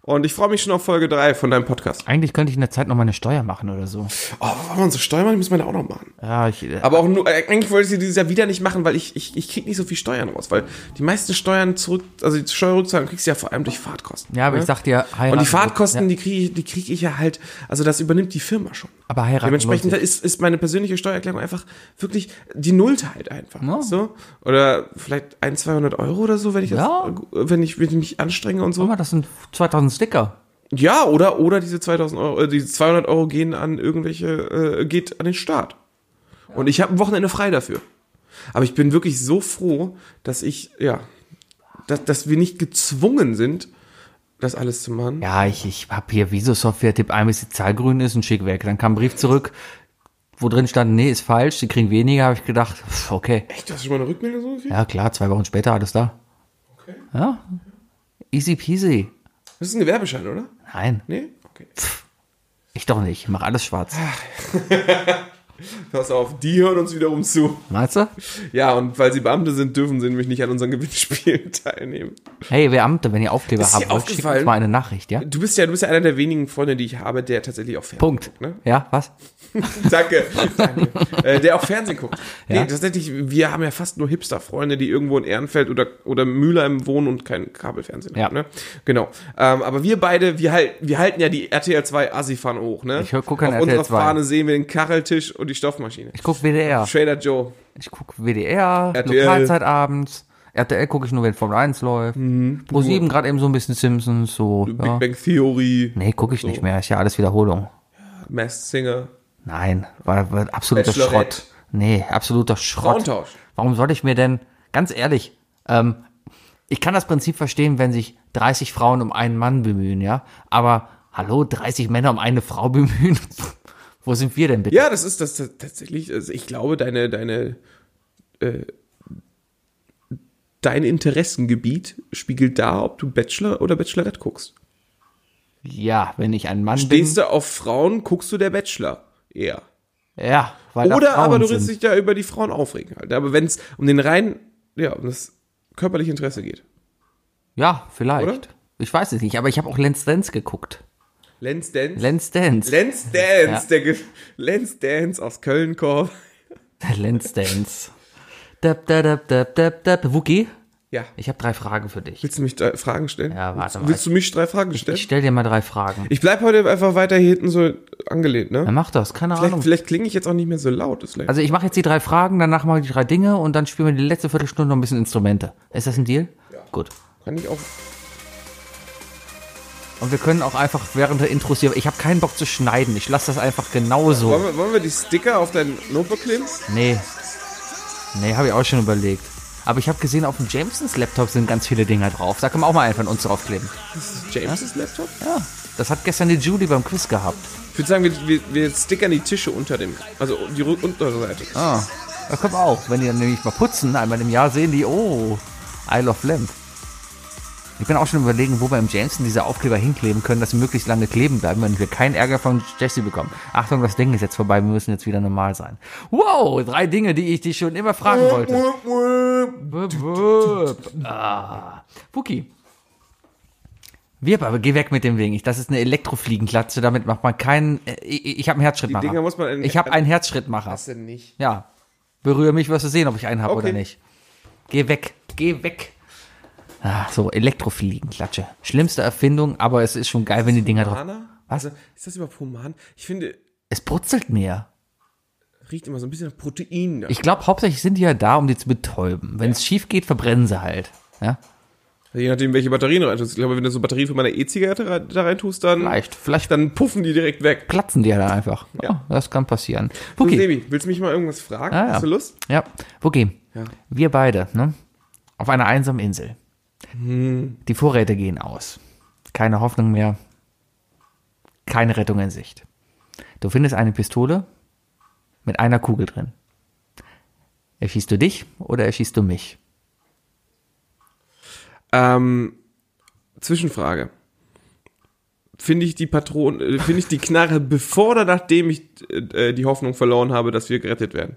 Und ich freue mich schon auf Folge 3 von deinem Podcast.
Äh, eigentlich könnte ich in der Zeit noch meine Steuer machen oder so.
Oh, wollen wir unsere Steuern machen? Die müssen wir da auch noch machen.
Ja, ich, äh,
Aber auch nur, äh, eigentlich wollte ich sie dieses Jahr wieder nicht machen, weil ich, ich, ich krieg nicht so viel Steuern raus. Weil die meisten Steuern zurück, also die Steuerrückzahlung kriegst du ja vor allem durch Fahrtkosten.
ja aber
ne?
ich sag dir, heiraten.
Und die Fahrtkosten,
Ja,
die kriege ich, die krieg ich ja halt, also das übernimmt die Firma schon.
aber heiraten.
Dementsprechend
lohnt sich.
ist, ist meine persönliche Steuererklärung einfach wirklich die Nulltheit einfach. So. Oder vielleicht ein, 200 Euro oder so, wenn ich,
Ja.
das, äh, wenn ich, wenn ich mich anstrenge und
Guck
so.
mal, das sind 2000 Sticker.
Ja, oder, oder diese 2000 Euro, äh, diese 200 Euro gehen an irgendwelche, äh, geht an den Staat. Und ich habe ein Wochenende frei dafür. Aber ich bin wirklich so froh, dass ich, ja, dass, dass wir nicht gezwungen sind, das alles zu machen.
Ja, ich, ich hab hier Viso-Software, Tipp einmal, bis die Zahl grün ist und schick weg. Dann kam ein Brief zurück. wo drin stand, nee, ist falsch, sie kriegen weniger, habe ich gedacht, pff, okay.
Echt, hast du schon mal eine Rückmeldung so gekriegt?
Ja, klar, zwei Wochen später alles da.
Okay.
Ja. Easy peasy.
Das ist ein Gewerbeschein, oder?
Nein,
Nee? Okay.
ich doch nicht. Ich mach alles schwarz.
Pass auf, die hören uns wiederum zu.
Meinst du?
Ja, und weil sie Beamte sind, dürfen sie nämlich nicht an unseren Gewinnspielen teilnehmen.
Hey, Beamte, wenn ihr Aufkleber
Ist dir
haben wollt, schickt uns
aufgefallen?
mal eine Nachricht, ja?
Du bist ja, du bist ja einer der wenigen Freunde, die ich habe, der tatsächlich auch Fernsehen
Punkt.
guckt. Ne?
Ja, was?
Danke. Danke. Äh, der auch Fernsehen guckt.
Ja.
Nee, tatsächlich, wir haben ja fast nur Hipster-Freunde, die irgendwo in Ehrenfeld oder, oder Mülheim wohnen und kein Kabelfernsehen
Ja.
haben. Ne? Genau. Ähm, aber wir beide, wir, halt, wir halten ja die RTL 2 Assi-Fahne hoch. Ne?
Ich hör- guck an
Auf
RTL
unserer
2.
Fahne sehen wir den Kacheltisch und die Stoffmaschine.
Ich guck WDR.
Trader Joe.
Ich guck WDR,
RTL.
Lokalzeit abends. RTL gucke ich nur, wenn Formel 1 läuft. Pro 7 gerade eben so ein bisschen Simpsons, so. Ja.
Mhm. Big Bang Theory,
Nee, gucke ich nicht mehr. Ist ja alles Wiederholung.
Masked Singer.
Nein, war, war absoluter
Bachelorette.
Schrott. Nee, absoluter Schrott.
Frauentausch.
Warum sollte ich mir denn, ganz ehrlich, ähm, ich kann das Prinzip verstehen, wenn sich 30 Frauen um einen Mann bemühen, ja. Aber hallo, 30 Männer um eine Frau bemühen. Wo sind wir denn bitte?
Ja, das ist das, das tatsächlich. Also ich glaube, deine, deine, äh, dein Interessengebiet spiegelt da, ob du Bachelor oder Bachelorette guckst.
Ja, wenn ich ein Mann
Stehst du auf Frauen, guckst du der Bachelor eher.
bin. Ja, weil da
Oder
Frauen
aber du
sind.
willst dich da über die Frauen aufregen halt. Aber wenn es um den rein, ja, um das körperliche Interesse geht.
Ja, vielleicht.
Oder?
Ich weiß es nicht, aber ich habe auch Lenz Dance geguckt.
Lenz Dance.
Lenz Dance.
Lenz Dance,
Ja.
der Ge Lenz Dance aus Köln-Korb.
Lenz Dance. Dab, dab, dab, dab, dab, dab. Wookie,
Ja.
ich habe drei Fragen für dich.
Willst du mich drei Fragen stellen?
Ja, warte mal.
willst, willst du mich drei Fragen stellen?
Ich stell dir mal drei Fragen.
Ich bleib heute einfach weiter hier hinten so angelehnt, ne?
Wer macht das? Keine
Vielleicht,
Ahnung.
vielleicht klinge ich jetzt auch nicht mehr so laut. Ist vielleicht-
Also ich mache jetzt die drei Fragen, danach mache ich die drei Dinge und dann spielen wir die letzte Viertelstunde noch ein bisschen Instrumente. Ist das ein Deal? Ja. Gut.
kann ich auch.
Und wir können auch einfach während der Intros hier, ich habe keinen Bock zu schneiden, ich lasse das einfach genauso.
Wollen wir, wollen wir die Sticker auf dein Notebook kleben?
Nee. Nee, habe ich auch schon überlegt. Aber ich habe gesehen, auf dem Jamesons Laptop sind ganz viele Dinger drauf. Da können wir auch mal einen von uns draufkleben.
Das ist James' Laptop?
Ja, das hat gestern die Julie beim Quiz gehabt.
Ich würde sagen, wir, wir, wir stickern die Tische unter dem. Also die Ru- untere Seite.
Ah, das können wir auch. Wenn die dann nämlich mal putzen, einmal im Jahr sehen die, oh, Isle of Lamp. Ich bin auch schon überlegen, wo wir im Jameson diese Aufkleber hinkleben können, dass sie möglichst lange kleben bleiben, wenn wir keinen Ärger von Jesse bekommen. Achtung, das Ding ist jetzt vorbei, wir müssen jetzt wieder normal sein. Wow, drei Dinge, die ich dich schon immer fragen wollte. Wup, wup. Ah. Puki. Wirp, aber geh weg mit dem Ding. Ich- Das ist eine Elektrofliegenklatsche, damit macht man keinen. äh, Ich, ich habe einen Herzschrittmacher.
Dinger muss man in-
ich habe einen Herzschrittmacher.
Was denn nicht?
Ja. Berühre mich, wirst du sehen, ob ich einen habe
Okay.
oder nicht. Geh weg, geh weg. Ah, so, Elektrofliegenklatsche. Schlimmste Erfindung, aber es ist schon geil, wenn die Dinger drauf.
Pomana?
Was?
Also, ist das überhaupt Poman? Ich finde,
Es brutzelt mehr.
riecht immer so ein bisschen nach Protein.
Ich glaube, hauptsächlich sind die ja da, um die zu betäuben. Wenn es schief geht, verbrennen sie halt. Ja?
Also, Je nachdem, welche Batterien du reintust. Ich glaube, wenn du so Batterien von meiner E-Zigarette rein- da reintust, dann,
Vielleicht, vielleicht
dann puffen die direkt weg.
platzen die ja dann einfach. Ja.
Ja.
das kann passieren.
So,
Wookie,
Sebi, willst du mich mal irgendwas fragen?
Ah, ja.
Hast du Lust?
ja, Wookie,
Ja.
wir beide, ne? Auf einer einsamen Insel.
Hm.
Die Vorräte gehen aus. Keine Hoffnung mehr. Keine Rettung in Sicht. Du findest eine Pistole mit einer Kugel drin. Erschießt du dich oder erschießt du mich?
Ähm, Zwischenfrage. Finde ich die Patron, äh, finde ich die Knarre, bevor oder nachdem ich äh, die Hoffnung verloren habe, dass wir gerettet werden?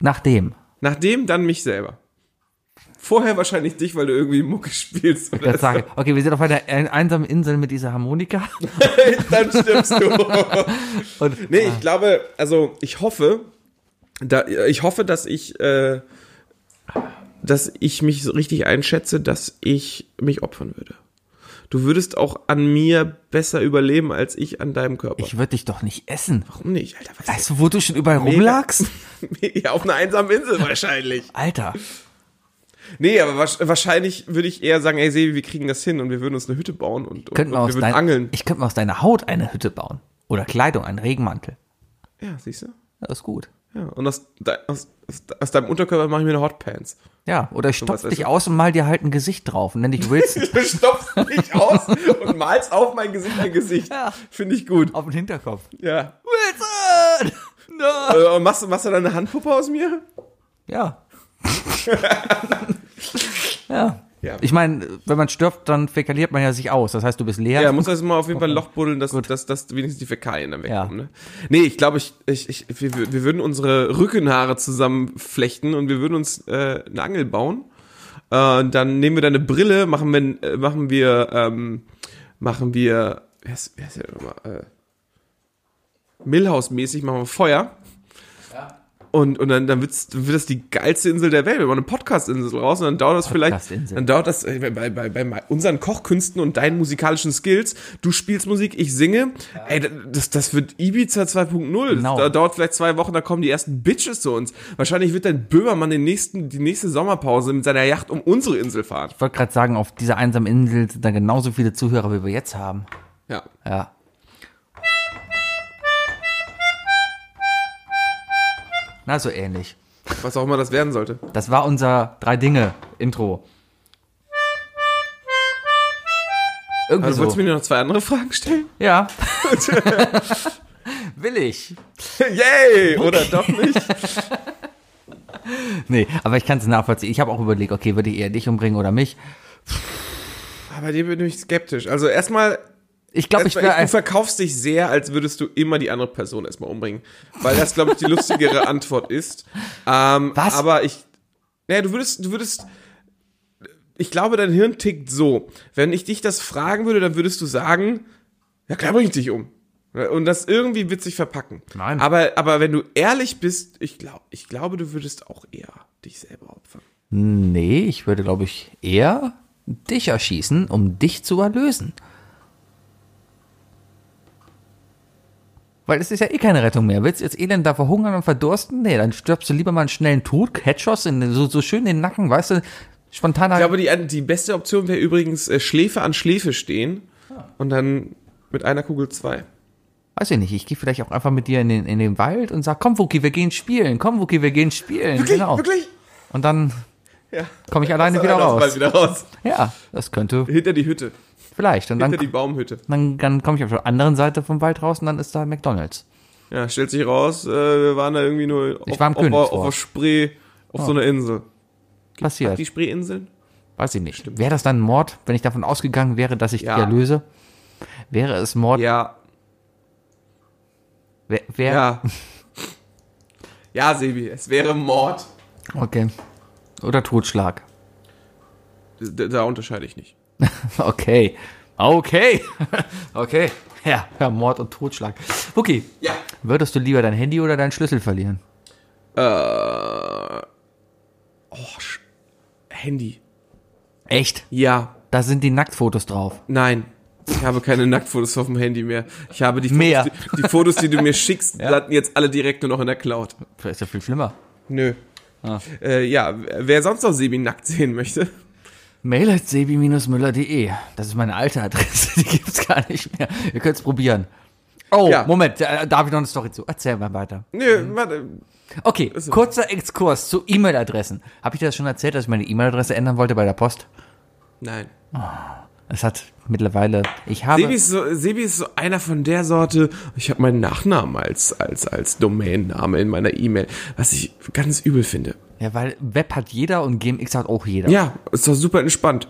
Nachdem.
Nachdem dann mich selber. Vorher wahrscheinlich dich, weil du irgendwie Mucke spielst. Oder
Ich sage, okay, wir sind auf einer ein- einsamen Insel mit dieser Harmonika.
so. dann stirbst du.
Und
nee, ich glaube, also ich hoffe, da, ich hoffe, dass ich, äh, dass ich mich so richtig einschätze, dass ich mich opfern würde. Du würdest auch an mir besser überleben als ich an deinem Körper.
ich würde dich doch nicht essen.
Warum nicht, Alter? Was
Weißt du, wo du schon überall
Mega.
rumlagst?
ja, auf einer einsamen Insel wahrscheinlich.
Alter.
Nee, aber wasch- wahrscheinlich würde ich eher sagen, ey Sebi, wir kriegen das hin und wir würden uns eine Hütte bauen und, und,
Könnten wir
und wir
aus
würden
dein,
angeln.
Ich könnte mir aus deiner Haut eine Hütte bauen. Oder Kleidung, einen Regenmantel.
Ja, siehst du?
Ja, ist gut.
Ja, und aus, de aus, aus, aus deinem Unterkörper mache ich mir eine Hotpants.
Ja, oder ich stopf
weißt
dich
du-
aus und mal dir halt ein Gesicht drauf und nenn dich Wilson.
Du stopfst mich aus und malst auf mein Gesicht ein Gesicht.
Ja.
Finde ich gut.
auf den Hinterkopf.
Ja.
Wilson!
Äh, machst, machst du dann eine Handpuppe aus mir?
Ja. ja.
Ja.
Ich meine, wenn man stirbt, dann fäkaliert man ja sich aus. Das heißt, du bist leer.
Ja, muss also mal auf jeden Fall ein Loch buddeln, dass, dass, dass wenigstens die Fäkalien dann wegkommen. Ne? Nee, ich glaube, ich, ich, ich, wir, wir würden unsere Rückenhaare zusammenflechten und wir würden uns äh, eine Angel bauen. Äh, dann nehmen wir da eine Brille, machen wir, äh, machen wir, ähm, machen wir, wer ist, wer ist der nochmal? Äh, Millhaus-mäßig machen wir Feuer. Und, und dann, dann, wird's, dann wird das die geilste Insel der Welt. Wir machen eine Podcast-Insel raus und dann dauert das vielleicht,
Podcast-Insel.
dann dauert das äh, bei, bei, bei me- unseren Kochkünsten und deinen musikalischen Skills. Du spielst Musik, ich singe. Ey, da- das, das wird Ibiza 2.0.
Genau.
Da dauert vielleicht zwei Wochen, da kommen die ersten Bitches zu uns. Wahrscheinlich wird dein Böhmermann den nächsten, die nächste Sommerpause mit seiner Yacht um unsere Insel fahren.
Ich wollte gerade sagen, auf dieser einsamen Insel sind dann genauso viele Zuhörer, wie wir jetzt haben.
Ja.
Ja. Na, so ähnlich.
Was auch immer das werden sollte.
Das war unser Drei Dinge-Intro. Irgendwie
Also, wolltest
so.
du mir noch zwei andere Fragen stellen?
Ja. Will ich.
Yay! Oder doch nicht?
Nee, aber ich kann es nachvollziehen. Ich habe auch überlegt, okay, würde ich eher dich umbringen oder mich?
Aber Ah, dir bin ich skeptisch. Also erstmal
Ich glaube, ich
Erstmal,
wäre
du verkaufst dich sehr, als würdest du immer die andere Person erstmal umbringen. Weil das, glaube ich, die lustigere Antwort ist. Ähm,
Was?
Aber ich. Naja, du würdest, du würdest. Ich glaube, dein Hirn tickt so. Wenn ich dich das fragen würde, dann würdest du sagen, ja klar bring ich dich um. Und das irgendwie witzig verpacken.
Nein.
Aber, aber wenn du ehrlich bist, ich, glaub, ich glaube, du würdest auch eher dich selber opfern.
Nee, ich würde, glaube ich, eher dich erschießen, um dich zu erlösen. Weil es ist ja eh keine Rettung mehr. Willst du jetzt elend da verhungern und verdursten? Nee, dann stirbst du lieber mal einen schnellen Tod, Headshots, in, so, so schön in den Nacken, weißt du? Spontaner.
Ich glaube, die, die beste Option wäre übrigens äh, Schläfe an Schläfe stehen
Ah.
und dann mit einer Kugel zwei.
weiß ich nicht, ich gehe vielleicht auch einfach mit dir in den, in den Wald und sag, komm Wookie, wir gehen spielen, komm Wookie, wir gehen spielen.
Wirklich?
genau.
Wirklich?
Und dann
Ja.
komme ich alleine wieder
Dann lass
raus.
Mal wieder raus.
Ja, das könnte
Hinter die Hütte.
vielleicht. Und
Hinter
dann,
die Baumhütte.
dann, dann komme ich auf der anderen Seite vom Wald raus und dann ist da McDonalds.
Ja, stellt sich raus, äh, wir waren da irgendwie nur auf,
Ich war im
auf, auf,
Königsdorf.
auf der Spree, auf so einer Insel.
Passiert.
Die Spreeinseln?
Weiß ich nicht. Wäre das dann Mord, wenn ich davon ausgegangen wäre, dass ich
Ja.
die erlöse? Wäre es Mord?
Ja,
Wer, wer?
ja. ja, Sebi, es wäre Mord.
Okay. Oder Totschlag.
Da, da unterscheide ich nicht.
Okay. Okay. okay. Ja, ja, Mord und Totschlag. Okay.
Ja.
Würdest du lieber dein Handy oder deinen Schlüssel verlieren?
Äh. Oh, Sch- Handy.
Echt?
Ja,
Da sind die Nacktfotos drauf.
nein. Ich habe keine Nacktfotos auf dem Handy mehr. Ich habe die Fotos,
Mehr.
Die, die Fotos, die du mir schickst, landen jetzt alle direkt nur noch in der Cloud.
Das ist ja viel schlimmer. Ah.
Nö. Äh, ja, wer sonst noch Sebi nackt sehen möchte.
Mail at sebi-müller.de. Das ist meine alte Adresse, die gibt's gar nicht mehr. Ihr könnt's probieren. Oh,
Ja.
Moment, äh, da habe ich noch eine Story zu. Erzähl mal weiter.
Nö, warte.
Okay, kurzer Exkurs zu E-Mail-Adressen. Habe ich dir das schon erzählt, dass ich meine E-Mail-Adresse ändern wollte bei der Post?
Nein.
Es hat mittlerweile, ich habe,
Sebi ist, so, Sebi ist so einer von der Sorte, ich habe meinen Nachnamen als, als, als Domainname in meiner E-Mail, was ich ganz übel finde.
ja, weil Web hat jeder und GMX hat auch jeder.
Ja, ist doch super entspannt.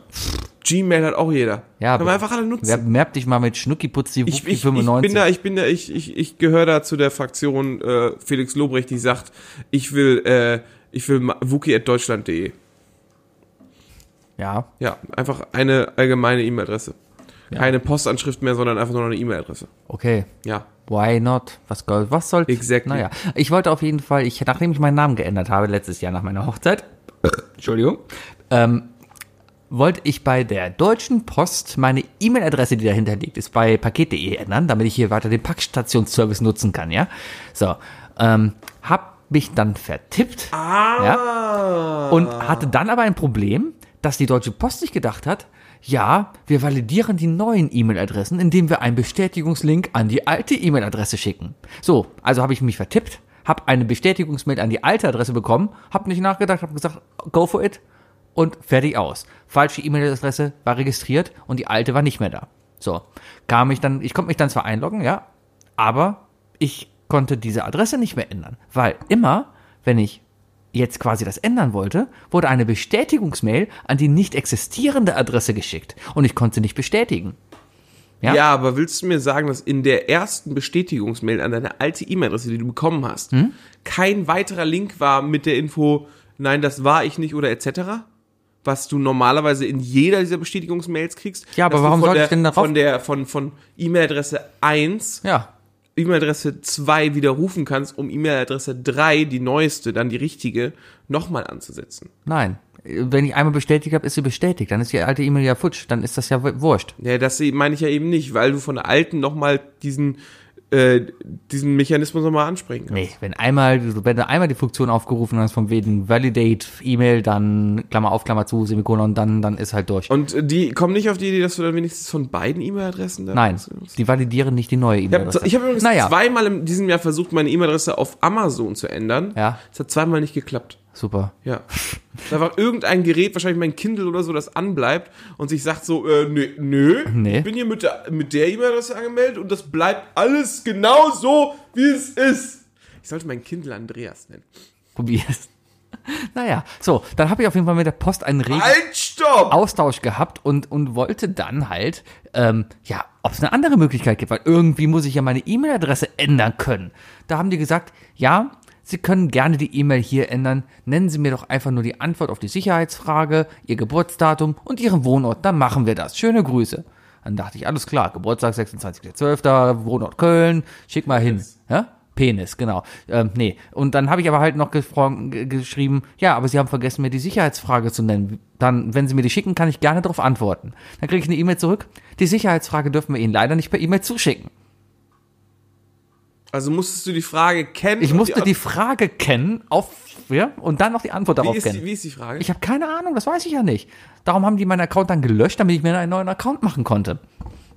Gmail hat auch jeder.
Ja,
Kann man einfach alle nutzen.
Wer merkt dich mal mit Schnucki putz die
ich, ich, ich bin
95.
da, ich bin da, ich, ich, ich gehöre da zu der Fraktion äh, Felix Lobrecht, die sagt, ich will, äh, ich will ma- wookie.deutschland.de.
ja,
Ja, einfach eine allgemeine E-Mail-Adresse. Keine Postanschrift mehr, sondern einfach nur noch eine E-Mail-Adresse.
okay.
Ja.
Why not? Was, soll- was soll's?
Exactly.
Naja, ich wollte auf jeden Fall, ich, nachdem ich meinen Namen geändert habe, letztes Jahr nach meiner Hochzeit, Entschuldigung, ähm, wollte ich bei der Deutschen Post meine E-Mail-Adresse, die dahinter liegt, ist bei paket.de ändern, damit ich hier weiter den Packstationsservice nutzen kann, ja? So, ähm, hab mich dann vertippt. Ja?
Ah.
und hatte dann aber ein Problem, dass die Deutsche Post sich gedacht hat, ja, wir validieren die neuen E-Mail-Adressen, indem wir einen Bestätigungslink an die alte E-Mail-Adresse schicken. So, also habe ich mich vertippt, habe eine Bestätigungsmail an die alte Adresse bekommen, habe nicht nachgedacht, habe gesagt, go for it und fertig aus. Falsche E-Mail-Adresse war registriert und die alte war nicht mehr da. So, kam ich dann, ich konnte mich dann zwar einloggen, ja, aber ich konnte diese Adresse nicht mehr ändern, weil immer, wenn ich jetzt quasi das ändern wollte, wurde eine Bestätigungsmail an die nicht existierende Adresse geschickt und ich konnte sie nicht bestätigen.
Ja. aber willst du mir sagen, dass in der ersten Bestätigungsmail an deine alte E-Mail-Adresse, die du bekommen hast,
Hm?
kein weiterer Link war mit der Info, nein, das war ich nicht oder etc.? Was du normalerweise in jeder dieser Bestätigungsmails kriegst.
Ja, aber
dass du
warum
von
sollte
der,
ich denn darauf-
Von der, von, von E-Mail-Adresse 1
Ja,
E-Mail-Adresse 2 widerrufen kannst, um E-Mail-Adresse 3, die neueste, dann die richtige, nochmal anzusetzen.
nein. Wenn ich einmal bestätigt habe, ist sie bestätigt. Dann ist die alte E-Mail ja futsch. Dann ist das ja wu- wurscht.
Ja, das meine ich ja eben nicht, weil du von der alten nochmal diesen, äh, diesen Mechanismus nochmal ansprechen kannst.
Nee, wenn einmal, wenn du einmal die Funktion aufgerufen hast von wegen Validate E-Mail, dann Klammer auf, Klammer zu, Semikolon, dann, dann ist halt durch.
Und äh, die kommen nicht auf die Idee, dass du dann wenigstens von beiden E-Mail-Adressen dann
Nein,
was-
die validieren nicht die neue
Ich habe
E-Mail.
ich hab übrigens
naja,
zweimal in diesem Jahr versucht, meine E-Mail-Adresse auf Amazon zu ändern.
Ja.
Es hat zweimal nicht geklappt.
super.
Ja. Da war irgendein Gerät, wahrscheinlich mein Kindle oder so, das anbleibt und sich sagt so, äh, nö, nö,
Nee.
ich bin hier mit der, mit der E-Mail-Adresse angemeldet und das bleibt alles genau so, wie es ist. Ich sollte meinen Kindle Andreas nennen.
Probier's. Naja, so, dann habe ich auf jeden Fall mit der Post einen regen
Halt, stopp!
Austausch gehabt und, und wollte dann halt, ähm, ja, ob es eine andere Möglichkeit gibt, weil irgendwie muss ich ja meine E-Mail-Adresse ändern können. Da haben die gesagt, ja, Sie können gerne die E-Mail hier ändern. Nennen Sie mir doch einfach nur die Antwort auf die Sicherheitsfrage, Ihr Geburtsdatum und Ihren Wohnort. Dann machen wir das. Schöne Grüße. Dann dachte ich, alles klar, Geburtstag 26.12., Wohnort Köln, schick mal hin. Ja? Penis, genau. Ähm, nee. Und dann habe ich aber halt noch gefro- ge- geschrieben, ja, aber Sie haben vergessen, mir die Sicherheitsfrage zu nennen. Dann, wenn Sie mir die schicken, kann ich gerne darauf antworten. Dann kriege ich eine E-Mail zurück. Die Sicherheitsfrage dürfen wir Ihnen leider nicht per E-Mail zuschicken.
Also musstest du die Frage kennen.
Ich
und
musste die
die
Frage kennen auf, ja, und dann noch die Antwort
wie
darauf
ist, die,
kennen.
wie ist die Frage?
Ich habe keine Ahnung, das weiß ich ja nicht. Darum haben die meinen Account dann gelöscht, damit ich mir einen neuen Account machen konnte.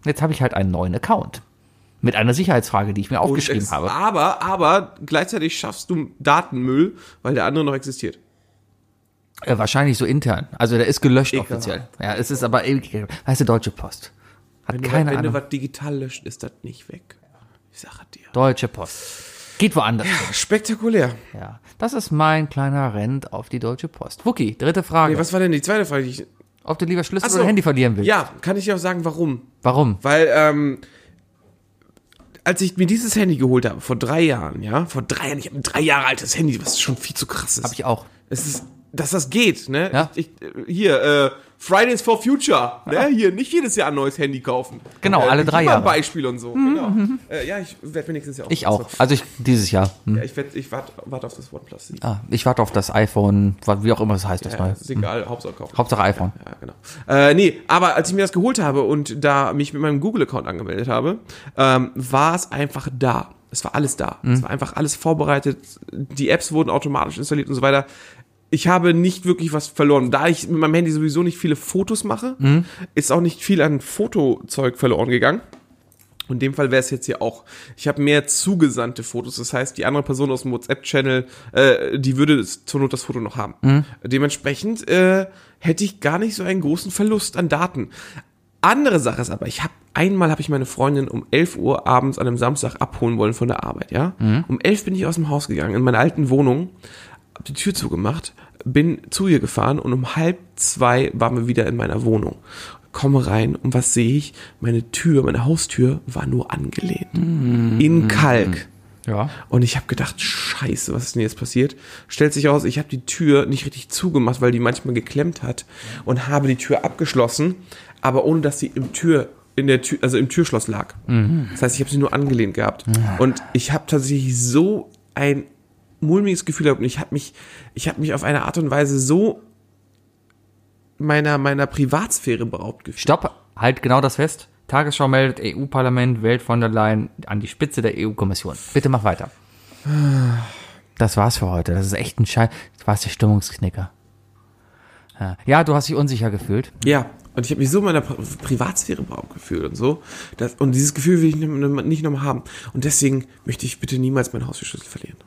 Jetzt habe ich halt einen neuen Account. Mit einer Sicherheitsfrage, die ich mir
Und
aufgeschrieben
ex-
habe.
Aber, aber gleichzeitig schaffst du Datenmüll, weil der andere noch existiert.
Äh, wahrscheinlich so intern. Also der ist gelöscht
Ekelhaft.
offiziell. Ja, es ist aber ewig. Weißt du, Deutsche Post. Hat
Wenn,
keine
du, wenn
Ahnung.
du was digital löscht, ist das nicht weg. Ich sage dir.
Deutsche Post. Geht woanders.
Spektakulär.
Ja. Das ist mein kleiner Rent auf die Deutsche Post. Wookie, dritte Frage.
Was war denn die zweite Frage? die Ich,
Ob du lieber Schlüssel
Ach so.
oder Handy verlieren willst?
ja, kann ich dir auch sagen, warum?
Warum?
Weil, ähm, als ich mir dieses Handy geholt habe, vor drei Jahren, ja, vor drei Jahren, ich habe ein drei Jahre altes Handy, was schon viel zu krass ist.
Hab ich auch.
es ist, dass das geht, ne?
Ja.
Ich, ich, hier, äh, Fridays for Future, ne? Hier, nicht jedes Jahr ein neues Handy kaufen. Äh,
Genau, alle
gib
drei
mal ein
Jahre. Mhm.
Beispiel und so, genau. Äh, ja, ich werde mir nächstes Jahr auch.
Ich auch. Also ich dieses Jahr. Hm.
Ja, ich werd- ich warte wart auf das OnePlus. Ja,
Ah, ich warte auf das iPhone, wa- wie auch immer es heißt, das mal.
Äh, ist egal, Hauptsache kaufen.
Hauptsache iPhone.
Ja, genau. Äh, nee, aber als ich mir das geholt habe und da mich mit meinem Google-Account angemeldet habe, ähm, war es einfach da. Es war alles da. Es war einfach alles vorbereitet. Die Apps wurden automatisch installiert und so weiter. Ich habe nicht wirklich was verloren. Da ich mit meinem Handy sowieso nicht viele Fotos mache, ist auch nicht viel an Fotozeug verloren gegangen. In dem Fall wäre es jetzt hier auch. Ich habe mehr zugesandte Fotos. Das heißt, die andere Person aus dem WhatsApp-Channel, äh, die würde es- zur Not das Foto noch haben. Dementsprechend äh, hätte ich gar nicht so einen großen Verlust an Daten. Andere Sache ist aber, ich habe einmal habe ich meine Freundin um 11 Uhr abends an einem Samstag abholen wollen von der Arbeit, ja? Um 11 bin ich aus dem Haus gegangen in meiner alten Wohnung, habe die Tür zugemacht, bin zu ihr gefahren und um halb zwei waren wir wieder in meiner Wohnung. Komme rein und was sehe ich? Meine Tür, meine Haustür war nur angelehnt. In Kalk.
Ja.
Und ich habe gedacht, scheiße, was ist denn jetzt passiert? Stellt sich aus, ich habe die Tür nicht richtig zugemacht, weil die manchmal geklemmt hat und habe die Tür abgeschlossen, aber ohne dass sie im Tür in der Tür, also im Türschloss lag. Das heißt, ich habe sie nur angelehnt gehabt. Und ich habe tatsächlich so ein mulmiges Gefühl gehabt und ich habe mich, ich habe mich auf eine Art und Weise so meiner meiner Privatsphäre beraubt gefühlt.
Stopp, halt genau das fest. Tagesschau meldet E EU-Parlament wählt von der Leyen an die Spitze der EU-Kommission. Bitte mach weiter. Das war's für heute. Das ist echt ein Scheiß. Du warst der Stimmungsknicker. Ja. Ja, du hast dich unsicher gefühlt.
Ja, und ich habe mich so in meiner Pri- Privatsphäre beraubt gefühlt und so. Das, und dieses Gefühl will ich n- n- nicht nochmal haben. Und deswegen möchte ich bitte niemals meinen Haustürschlüssel verlieren.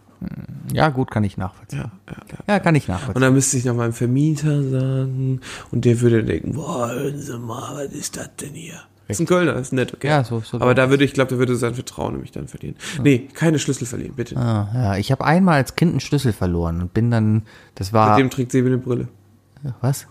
Ja, gut, kann ich nachvollziehen.
Ja, ja, ja.
Ja, kann ich
Und
nachvollziehen.
dann müsste ich noch meinem Vermieter sagen und der würde denken, wollen Sie mal, was ist das denn hier? ist ein Kölner, ist nett, okay.
Ja, so- so-
Aber da würde ich, glaube, da würde sein Vertrauen nämlich dann verlieren. Nee, keine Schlüssel verlieren, bitte.
Ah, ja, ich habe einmal als Kind einen Schlüssel verloren und bin dann, das war,
Dem trägt Sebi eine Brille.
was?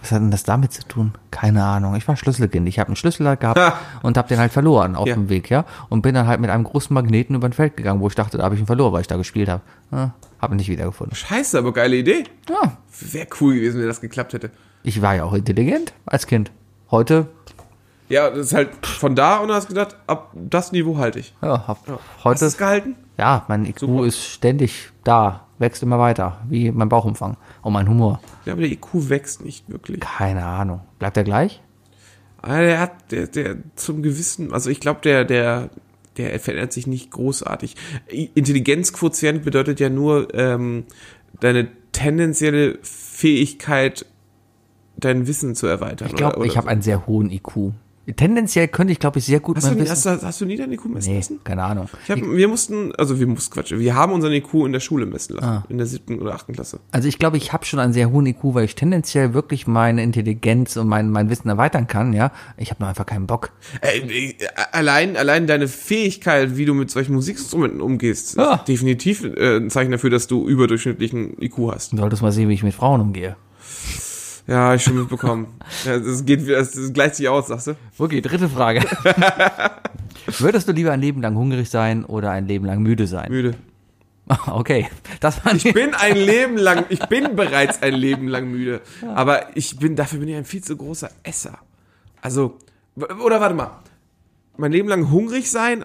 Was hat denn das damit zu tun? Keine Ahnung. Ich war Schlüsselkind. Ich habe einen Schlüssel gehabt
Ha.
und habe den halt verloren auf
Ja.
dem Weg, ja. Und bin dann halt mit einem großen Magneten über ein Feld gegangen, wo ich dachte, da habe ich ihn verloren, weil ich da gespielt habe. Ja, habe ihn nicht wiedergefunden.
Scheiße, aber geile Idee.
Ja,
Wäre cool gewesen, wenn das geklappt hätte.
ich war ja auch intelligent als Kind. Heute,
Ja, das ist halt von da und hast gedacht, ab das Niveau halte ich.
ja, hab,
Hast du
heute,
es gehalten?
ja, mein IQ ist ständig da, wächst immer weiter, wie mein Bauchumfang und mein Humor.
Ja, aber der IQ wächst nicht wirklich.
Keine Ahnung. Bleibt er gleich?
Ah, der hat, der, der zum gewissen, also ich glaube, der, der, der verändert sich nicht großartig. I- Intelligenzquotient bedeutet ja nur ähm, deine tendenzielle Fähigkeit, dein Wissen zu erweitern.
Ich glaube, ich habe einen sehr hohen IQ. Tendenziell könnte ich, glaube ich, sehr gut
Hast du, nie- hast,
Wissen.
du, hast du nie deine IQ messen
Nee,
lassen?
keine Ahnung.
Ich hab, wir mussten, also wir mussten, Quatsch, wir haben unseren IQ in der Schule messen lassen,
Ah.
in der siebten oder achten Klasse.
Also ich glaube, ich habe schon einen sehr hohen IQ, weil ich tendenziell wirklich meine Intelligenz und mein, mein Wissen erweitern kann, ja. Ich habe nur einfach keinen Bock.
Ey, äh, allein, allein deine Fähigkeit, wie du mit solchen Musikinstrumenten umgehst, ist
Ja.
definitiv äh, ein Zeichen dafür, dass du überdurchschnittlichen IQ hast.
Du solltest mal sehen, wie ich mit Frauen umgehe.
Ja, hab ich schon mitbekommen. ja, das geht, wieder- das, das gleicht sich aus, sagst du?
Okay, dritte Frage. Würdest du lieber ein Leben lang hungrig sein oder ein Leben lang müde sein?
Müde.
Okay, das war
Ich bin ein Leben lang, ich bin bereits ein Leben lang müde. Aber ich bin, dafür bin ich ein viel zu großer Esser. Also, w- oder warte mal. Mein Leben lang hungrig sein,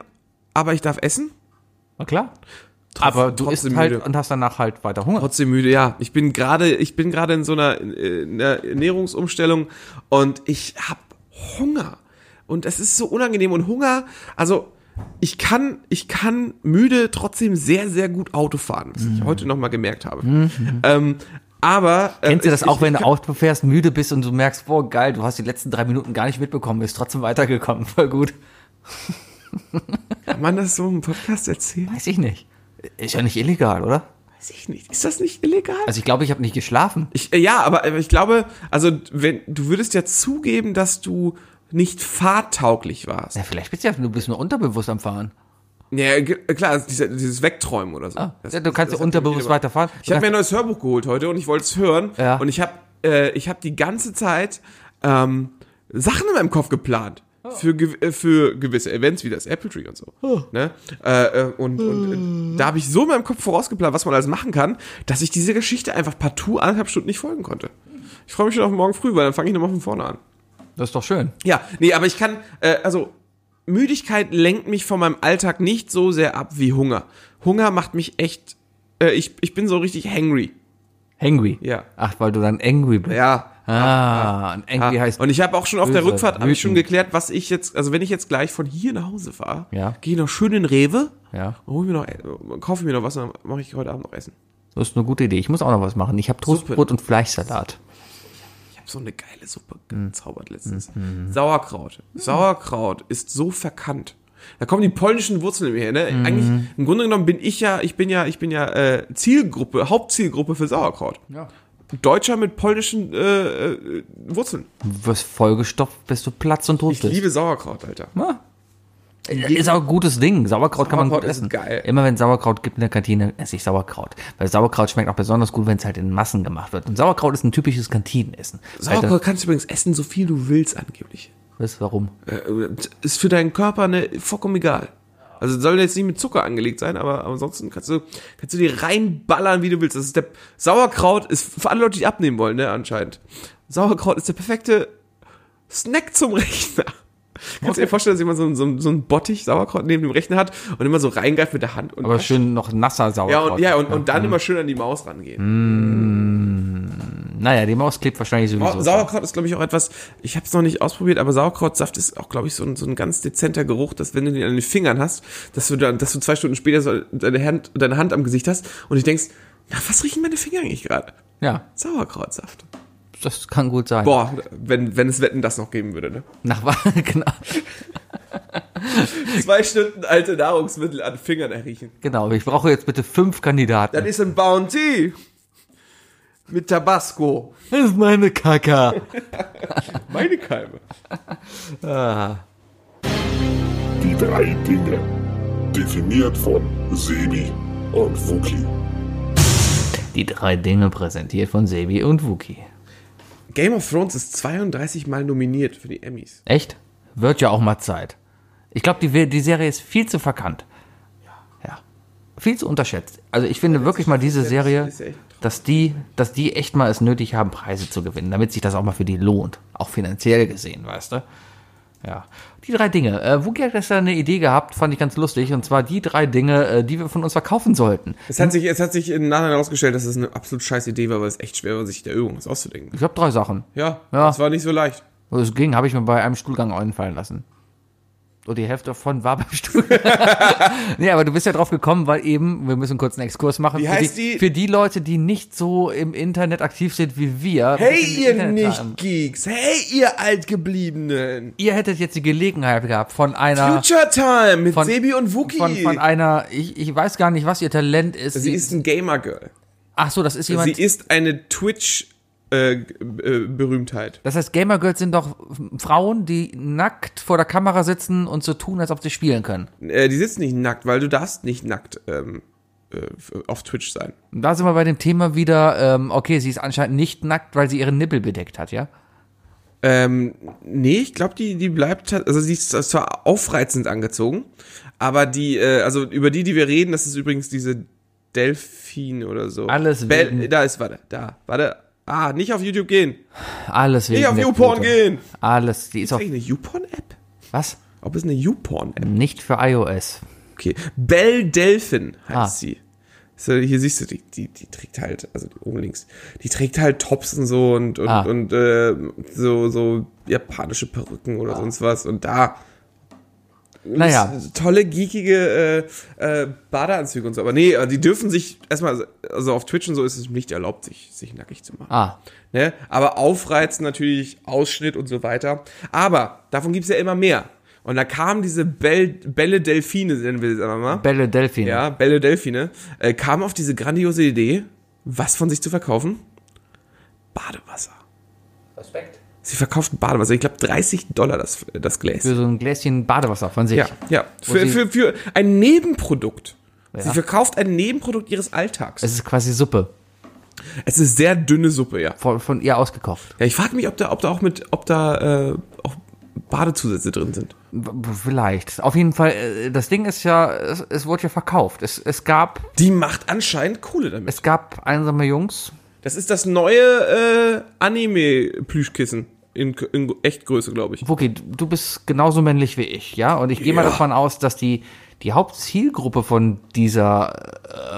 aber ich darf essen?
Na klar. Aber du
trotzdem
isst halt
müde.
und hast danach halt weiter Hunger.
Trotzdem müde, ja. Ich bin gerade, ich bin gerade in so einer, äh, in einer Ernährungsumstellung und ich habe Hunger und es ist so unangenehm und Hunger. Also ich kann, ich kann müde trotzdem sehr, sehr gut Auto fahren, was
Mhm.
ich heute noch mal gemerkt habe. Ähm, aber äh,
Kennst du das
ich,
auch,
ich,
wenn du Auto fährst, müde bist und du merkst, boah, geil, du hast die letzten drei Minuten gar nicht mitbekommen, bist trotzdem weitergekommen. Voll gut.
kann man das so im Podcast erzählen?
Weiß ich nicht. Ist ja nicht illegal, oder?
Weiß ich nicht. Ist das nicht illegal?
Also ich glaube, ich habe nicht geschlafen.
Ich, äh, ja, aber äh, ich glaube, also wenn du würdest ja zugeben, dass du nicht fahrtauglich warst.
Ja, vielleicht bist du ja, du bist nur unterbewusst am Fahren.
Ja, ge- klar, dieses, dieses Wegträumen oder so. Das-
Ah, ja, du kannst ja
das- das hat mir
unterbewusst
jeder-
weiterfahren.
Ich habe mir ein neues Hörbuch geholt heute und ich wollte es hören.
Ja.
Und ich habe äh, ich hab die ganze Zeit ähm, Sachen in meinem Kopf geplant.
Oh.
Für, ge- äh, für gewisse Events wie das Apple Tree und so. Ne? Äh, äh, und und äh, da habe ich so in meinem Kopf vorausgeplant, was man alles machen kann, dass ich dieser Geschichte einfach partout anderthalb Stunden nicht folgen konnte. Ich freue mich schon auf morgen früh, weil dann fange ich nochmal von vorne an.
das ist doch schön.
Ja, nee, aber ich kann, äh, also Müdigkeit lenkt mich von meinem Alltag nicht so sehr ab wie Hunger. Hunger macht mich echt, äh, ich, ich bin so richtig hangry.
Angry.
Ja.
Ach, weil du dann angry bist.
Ja.
Ah, und angry heißt.
Und ich habe auch schon auf der
böse,
Rückfahrt hab ich schon
wütend.
geklärt, was ich jetzt, also wenn ich jetzt gleich von hier nach Hause fahre,
Ja.
gehe ich noch schön in Rewe,
Ja,
hol mir noch, äh, kaufe mir noch was, dann mache ich heute Abend noch Essen.
das ist eine gute Idee. Ich muss auch noch was machen. Ich habe Toastbrot und Fleischsalat.
Ich habe so eine geile Suppe gezaubert letztens. Sauerkraut. Sauerkraut ist so verkannt. Da kommen die polnischen Wurzeln in mir her, ne? Eigentlich, im Grunde genommen bin ich ja, ich bin ja, ich bin ja äh, Zielgruppe, Hauptzielgruppe für Sauerkraut.
Ja.
Deutscher mit polnischen äh, äh, Wurzeln.
Du wirst vollgestopft, bis du Platz und tot
Ich
bist.
liebe Sauerkraut, Alter.
Ah. Ist auch ein gutes Ding. Sauerkraut, kann man gut
Sauerkraut ist
essen.
geil.
Immer wenn es Sauerkraut gibt in der Kantine, esse ich Sauerkraut. Weil Sauerkraut schmeckt auch besonders gut, wenn es halt in Massen gemacht wird. Und Sauerkraut ist ein typisches Kantinenessen. Alter,
Sauerkraut kannst du übrigens essen, so viel du willst angeblich.
weißt du warum?
Äh, ist für deinen Körper ne, vollkommen egal. Also soll jetzt nicht mit Zucker angelegt sein, aber ansonsten kannst du, kannst du dir reinballern, wie du willst. Das ist der Sauerkraut ist für alle Leute, die abnehmen wollen, ne, anscheinend. Sauerkraut ist der perfekte Snack zum Rechner. Kannst du dir vorstellen, dass jemand so, so, so einen Bottich Sauerkraut neben dem Rechner hat und immer so reingreift mit der Hand und
Aber schön noch nasser
ja,
Sauerkraut. mhm.
und, ja, und, und dann immer schön an die Maus rangehen.
Naja, die Maus klebt wahrscheinlich sowieso.
Sau- Sauerkraut ist, glaube ich, auch etwas, ich habe es noch nicht ausprobiert, aber Sauerkrautsaft ist auch, glaube ich, so ein, so ein ganz dezenter Geruch, dass wenn du den an den Fingern hast, dass du dann, dass du zwei Stunden später so deine Hand, deine Hand am Gesicht hast und ich denkst, na, was riechen meine Finger eigentlich gerade?
ja,
Sauerkrautsaft.
das kann gut sein.
Boah, wenn, wenn es Wetten das noch geben würde, ne?
Nach genau,
Zwei Stunden alte Nahrungsmittel an Fingern erriechen.
genau, ich brauche jetzt bitte fünf Kandidaten.
Dann ist ein Bounty mit Tabasco.
Das ist meine Kacke.
Meine Keime.
Die drei Dinge. Definiert von Sebi und Wookie.
Die drei Dinge präsentiert von Sebi und Wookie.
Game of Thrones ist 32 Mal nominiert für die Emmys.
Echt? Wird ja auch mal Zeit. Ich glaube, die, die Serie ist viel zu verkannt. Ja. Viel zu unterschätzt. Also ich finde wirklich mal diese Serie,
ist echt traurig.
dass die, dass die echt mal es nötig haben, Preise zu gewinnen, damit sich das auch mal für die lohnt. Auch finanziell gesehen, weißt du? Ja. Die drei Dinge. Äh, Wookie hat gestern eine Idee gehabt, fand ich ganz lustig. Und zwar die drei Dinge, äh, die wir von uns verkaufen sollten.
Es hat sich, es hat sich im Nachhinein herausgestellt, dass es eine absolut scheiß Idee war, weil es echt schwer war, sich der Übung was auszudenken.
Ich habe drei Sachen.
Ja,
Ja.
das war nicht so leicht.
Wo es ging, habe ich mir bei einem Stuhlgang einfallen lassen. Und die Hälfte davon war beim Stuhlgang. nee, aber du bist ja drauf gekommen, weil eben, wir müssen kurz einen Exkurs machen.
Wie
für,
heißt
die,
die?
für die Leute, die nicht so im Internet aktiv sind wie wir.
Hey,
bisschen
ihr
Internet
nicht
haben.
Geeks! Hey, ihr Altgebliebenen!
Ihr hättet jetzt die Gelegenheit gehabt von einer.
Future Time mit
Von,
Sebi und Wookie.
Von, von einer, ich, ich weiß gar nicht, was ihr Talent ist.
sie ist ein Gamer-Girl.
ach so, das ist
Sie
jemand.
ist eine äh, Twitch-Berühmtheit.
das heißt, Gamer Girls sind doch Frauen, die nackt vor der Kamera sitzen und so tun, als ob sie spielen können.
äh, die sitzt nicht nackt, weil du darfst nicht nackt ähm, äh, f- auf Twitch sein.
Und Da sind wir bei dem Thema wieder, ähm, okay, sie ist anscheinend nicht nackt, weil sie ihren Nippel bedeckt hat, ja?
Ähm, nee, ich glaube, die, die bleibt, ta- also sie ist zwar aufreizend angezogen, aber die, äh, also über die, die wir reden, das ist übrigens diese Delfin oder so.
Alles
Bel
wegen-
Da ist, warte, da, warte. Ah, nicht auf YouTube gehen.
Alles wegen
Nicht auf
der
YouPorn
Quote.
gehen. Ist
Alles, die ist auf,
eigentlich eine YouPorn-App?
was?
Ob es eine YouPorn-App
Nicht für iOS.
Okay. Belle Delphin heißt
Ah.
sie. So, hier siehst du, die, die, die trägt halt, also die oben links, die trägt halt Tops und so und, und,
Ah.
und äh, so, so japanische Perücken oder sonst was und da.
Ah. Naja.
Ist- Tolle, geekige äh, äh, Badeanzüge und so. Aber nee, äh, die dürfen sich erstmal, also auf Twitch und so ist es nicht erlaubt, sich, sich nackig zu machen.
Ah,
Ne? Aber aufreizen natürlich, Ausschnitt und so weiter. Aber davon gibt's ja immer mehr. Und da kamen diese Bell, Bälle Delfine, nennen wir es einfach mal.
Belle Delphine.
ja, Bälle Delfine. Äh, kamen auf diese grandiose Idee, was von sich zu verkaufen? Badewasser.
Respekt.
Sie verkauften Badewasser. Ich glaube, 30 Dollar das, äh, das
Für
Gläschen.
so ein Gläschen Badewasser von sich.
Ja, ja.
Wo
Für,
sie-
für, für ein Nebenprodukt. Sie verkauft ein Nebenprodukt ihres Alltags.
Es ist quasi Suppe.
Es ist sehr dünne Suppe, ja.
Von, von ihr ausgekocht.
Ja, ich frage mich, ob da, ob da auch mit, ob da äh, auch Badezusätze drin sind.
B- b- Vielleicht. Auf jeden Fall, äh, das Ding ist ja, es, es wurde ja verkauft. Es, es gab,
Die macht anscheinend Kohle damit.
es gab einsame Jungs.
Das ist das neue äh, Anime-Plüschkissen. In, in Echtgröße, glaube ich.
Wookie, du du bist genauso männlich wie ich, ja? Und ich gehe mal
Ja.
davon aus, dass die, die Hauptzielgruppe von dieser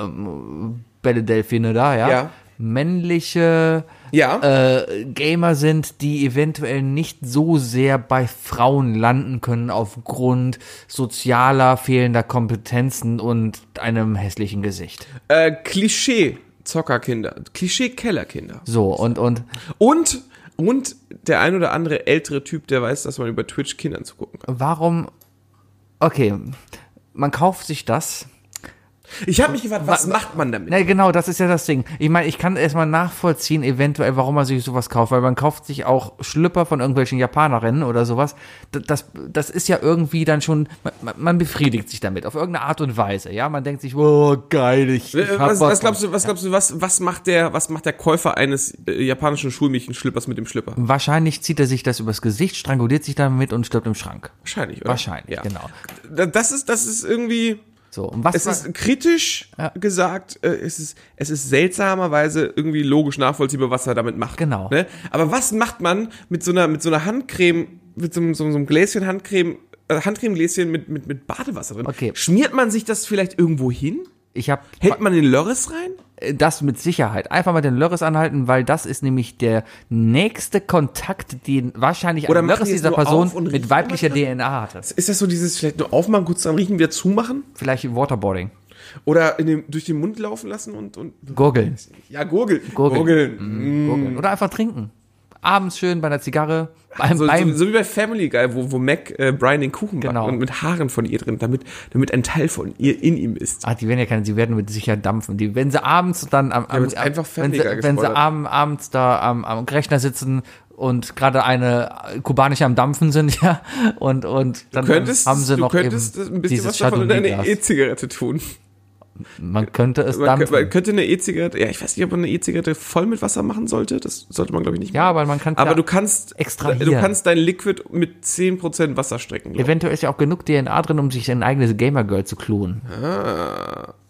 ähm, Belle Delfine da, ja,
Ja.
männliche
Ja.
äh, Gamer sind, die eventuell nicht so sehr bei Frauen landen können aufgrund sozialer fehlender Kompetenzen und einem hässlichen Gesicht.
Äh, Klischee Zockerkinder. Klischee Kellerkinder.
So, und, und
Und, und der ein oder andere ältere Typ, der weiß, dass man über Twitch Kindern zugucken kann.
warum, okay, man kauft sich das,
Ich habe mich gefragt, was macht man damit?
Na genau, das ist ja das Ding. Ich meine, ich kann erstmal nachvollziehen, eventuell, warum man sich sowas kauft, weil man kauft sich auch Schlüpper von irgendwelchen Japanerinnen oder sowas. D- Das, das ist ja irgendwie dann schon, man- man, man befriedigt sich damit auf irgendeine Art und Weise. Ja, man denkt sich, oh geil, ich, ich
Äh,
hab
Was, was glaubst du, was glaubst du, was, was macht der, was macht der Käufer eines äh, japanischen Schulmädchen-Schlüppers mit dem Schlüpper?
Wahrscheinlich zieht er sich das übers Gesicht, stranguliert sich damit und stirbt im Schrank.
Wahrscheinlich, oder?
Wahrscheinlich,
ja.
genau.
Da- Das ist, das ist irgendwie,
So, und was
Es ist kritisch gesagt, äh, es ist, es ist seltsamerweise irgendwie logisch nachvollziehbar, was er damit macht.
Genau.
Ne? Aber was macht man mit so einer, mit so einer Handcreme, mit so, einem- so, so einem Gläschen Handcreme, äh, Handcremegläschen mit, mit, mit Badewasser drin?
Okay.
Schmiert man sich das vielleicht irgendwo hin?
ich habe
Hält man den Lörres rein?
das mit Sicherheit. Einfach mal den Lörres anhalten, weil das ist nämlich der nächste Kontakt, den wahrscheinlich
Oder
ein
machen
Lörres
die es
dieser
nur auf
Person
und riechen
mit weiblicher
immer
DNA hatte.
Ist das so dieses vielleicht nur aufmachen, kurz dann riechen, wieder zumachen?
Vielleicht Waterboarding.
Oder in dem, durch den Mund laufen lassen und, und
Gurgeln.
ja, gurgeln.
Gurgeln. Mhm.
Gurgeln.
Gurgeln. Oder einfach trinken. Abends schön bei einer Zigarre, beim,
So,
beim
so, so wie bei Family Guy, wo, wo Mac äh, Brian den Kuchen backt
Genau.
und mit Haaren von ihr drin, damit, damit ein Teil von ihr in ihm ist.
Ah, die werden ja keine, die werden mit sicher dampfen. Die, wenn sie abends dann am, am
aber es ist einfach
wenn
Family Guy
sie, wenn sie
gespoilert.
am, abends da am, am Rechner sitzen und gerade eine kubanische am Dampfen sind, ja. Und, und dann
Du könntest,
haben sie
du
noch
könntest
eben
ein bisschen
dieses
was davon in deine
Chardonnay-Glas.
E-Zigarette tun.
Man könnte es
Man, kö-
dampfen.
man könnte eine E-Zigarette, ja, ich weiß nicht, ob man eine E-Zigarette voll mit Wasser machen sollte. Das sollte man, glaube ich, nicht
ja,
machen.
aber man kann
Aber du kannst,
extrahieren.
du kannst dein Liquid mit 10% Wasser strecken. glaub ich.
Eventuell ist ja auch genug DNA drin, um sich ein eigenes Gamer-Girl zu klonen.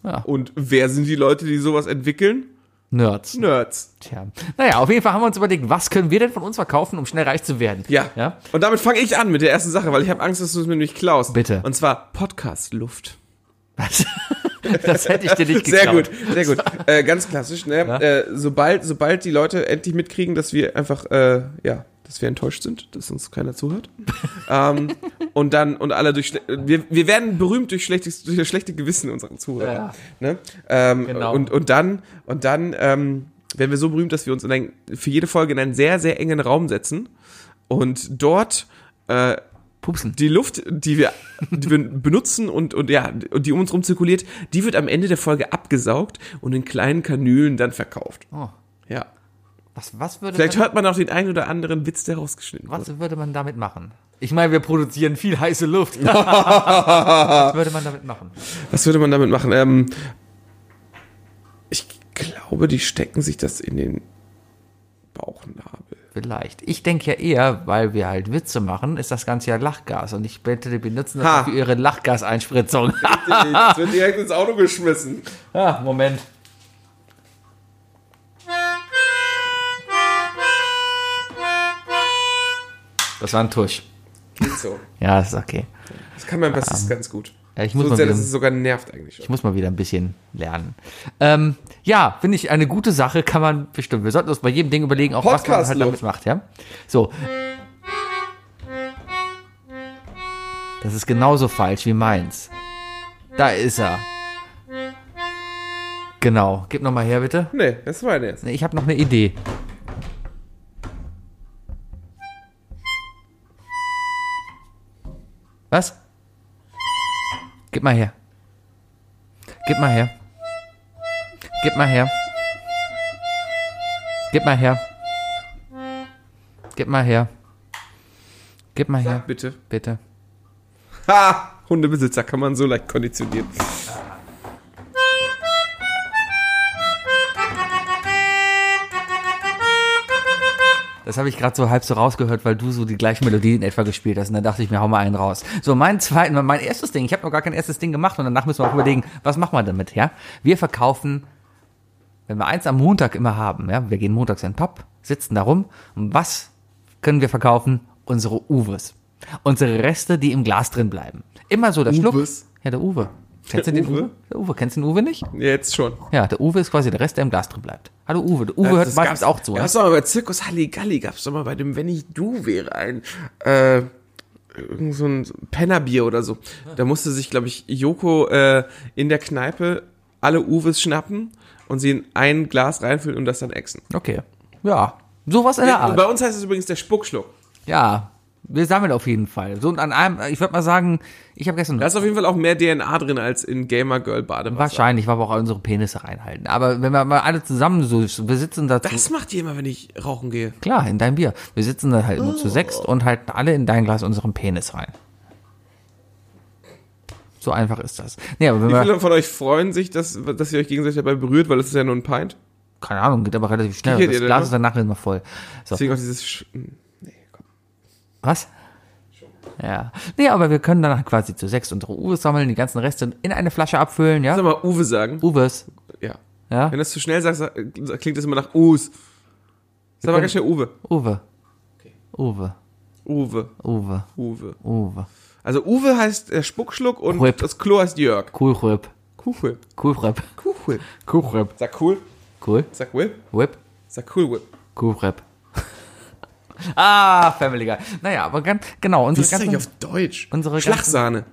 Genau.
Und wer sind die Leute, die sowas entwickeln?
Nerds.
Nerds.
Tja. Naja, auf jeden Fall haben wir uns überlegt, was können wir denn von uns verkaufen, um schnell reich zu werden?
Ja.
ja?
Und damit fange ich an mit der ersten Sache, weil ich habe Angst, dass du es mir nicht klaust.
Bitte.
Und zwar Podcast-Luft.
Was? Das hätte ich dir nicht geklaut.
Sehr gut, sehr gut. Äh, ganz klassisch, ne? Äh, sobald, sobald die Leute endlich mitkriegen, dass wir einfach, äh, ja, dass wir enttäuscht sind, dass uns keiner zuhört. ähm, und dann, und alle durch, schle- wir, wir werden berühmt durch, schlechtes, durch das schlechte Gewissen unserer Zuhörer.
Ja.
Ne? Ähm,
Genau.
und, und dann, und dann, ähm, werden wir so berühmt, dass wir uns in ein, für jede Folge in einen sehr, sehr engen Raum setzen und dort, äh,
Pupsen.
die Luft, die wir, die wir benutzen und, und ja, und die um uns rum zirkuliert, die wird am Ende der Folge abgesaugt und in kleinen Kanülen dann verkauft.
Oh,
Ja.
was, was, würde
Vielleicht
man,
hört man auch den einen oder anderen Witz, der rausgeschnitten wurde.
was würde man damit machen? Ich meine, wir produzieren viel heiße Luft. was würde man damit machen?
Was würde man damit machen? Ähm, ich glaube, die stecken sich das in den Bauchnabel.
Vielleicht. Ich denke ja eher, weil wir halt Witze machen, ist das Ganze ja Lachgas. Und ich bitte, die benutzen das
Ha.
für ihre Lachgaseinspritzung.
Das wird direkt ins Auto geschmissen.
ah, Moment. Das war ein Tusch.
Geht so.
Ja, ist okay.
Das kann man, das ist ganz gut.
Ja, ich muss
so
mal
sehr,
wieder-
dass es sogar nervt eigentlich.
Ich muss mal wieder ein bisschen lernen. Ähm, ja, finde ich eine gute Sache, kann man bestimmt. Wir sollten uns bei jedem Ding überlegen, auch was man halt
Podcast-Luft.
damit macht, ja? So. Das ist genauso falsch wie meins. Da ist er. Genau. Gib nochmal her, bitte.
Nee, das war der.
Nee, Ich habe noch eine Idee. Was? Gib mal her. Gib mal her. Gib mal her. Gib mal her. Gib mal her. Gib mal her,
Bitte.
bitte.
Ha! Hundebesitzer kann man so leicht konditionieren.
Das habe ich gerade so halb so rausgehört, weil du so die gleichen Melodien in etwa gespielt hast. Und dann dachte ich mir, hau mal einen raus. So, mein zweiten, mein erstes Ding. Ich habe noch gar kein erstes Ding gemacht. Und danach müssen wir auch überlegen, was machen wir damit, ja? Wir verkaufen, wenn wir eins am Montag immer haben, ja? Wir gehen montags in den Pub, sitzen da rum. Und was können wir verkaufen? Unsere Uves. Unsere Reste, die im Glas drin bleiben. Immer so der Schluck.
Uves?
Ja, der Uwe. Kennst
Der
du den
Uwe?
Uwe? Der Uwe, kennst du den Uwe nicht?
Jetzt schon.
Ja, der Uwe ist quasi der Rest, der im Glas drin bleibt. Hallo Uwe, der Uwe hört
Das
meistens auch
gab's-
ne? zu.
Gab's doch mal bei Zirkus Halligalli, gab's doch mal bei dem Wenn ich du wäre ein, äh, irgend so ein Pennerbier oder so. Da musste sich, glaube ich, Joko äh, in der Kneipe alle Uves schnappen und sie in ein Glas reinfüllen und das dann exen. Also
Okay. Ja. Sowas in der Art.
Bei uns heißt es übrigens der Spuckschluck.
Ja. Wir sammeln auf jeden Fall. So und an einem, ich würde mal sagen, ich habe gestern
Da ist auf jeden Fall auch mehr DNA drin als in Gamer Girl Badewasser.
wahrscheinlich, weil wir auch unsere Penisse reinhalten. Aber wenn wir mal alle zusammen so, wir sitzen da zu,
Das macht ihr immer, wenn ich rauchen gehe.
klar, in dein Bier. Wir sitzen da halt
Oh.
nur zu sechst und halten alle in dein Glas unseren Penis rein. So einfach ist das. Nee, aber wenn
Wie
wir,
viele von euch freuen sich, dass, dass ihr euch gegenseitig dabei berührt, weil das ist ja nur ein Pint?
keine Ahnung, geht aber relativ schnell.
Kichert
Das
ihr denn
Glas
noch?
ist danach immer voll. So.
Deswegen auch dieses. Sch
Was? Ja. Nee, aber wir können dann halt quasi zu sechs unsere Uves sammeln, die ganzen Reste in eine Flasche abfüllen, ja?
Sag mal Uwe sagen.
Uves.
Ja.
Ja?
Wenn du es zu schnell sagst, sag- klingt das immer nach Us. Sag mal ganz schnell Uwe.
Uwe. Uwe.
Uwe.
Uwe.
Uwe.
Uwe.
Also Uwe heißt der Spuckschluck und
Whip.
das Klo heißt Jörg.
Cool Whip.
Cool.
Cool Whip.
Cool Whip.
Cool Whip.
Sag cool.
Cool.
Sag Whip.
Whip.
Sag cool Whip.
Cool Whip. ah, Family Guy. Naja, aber ganz, genau,
Wie
unsere
ist das eigentlich
ganzen,
auf Deutsch?
unsere
Schlagsahne.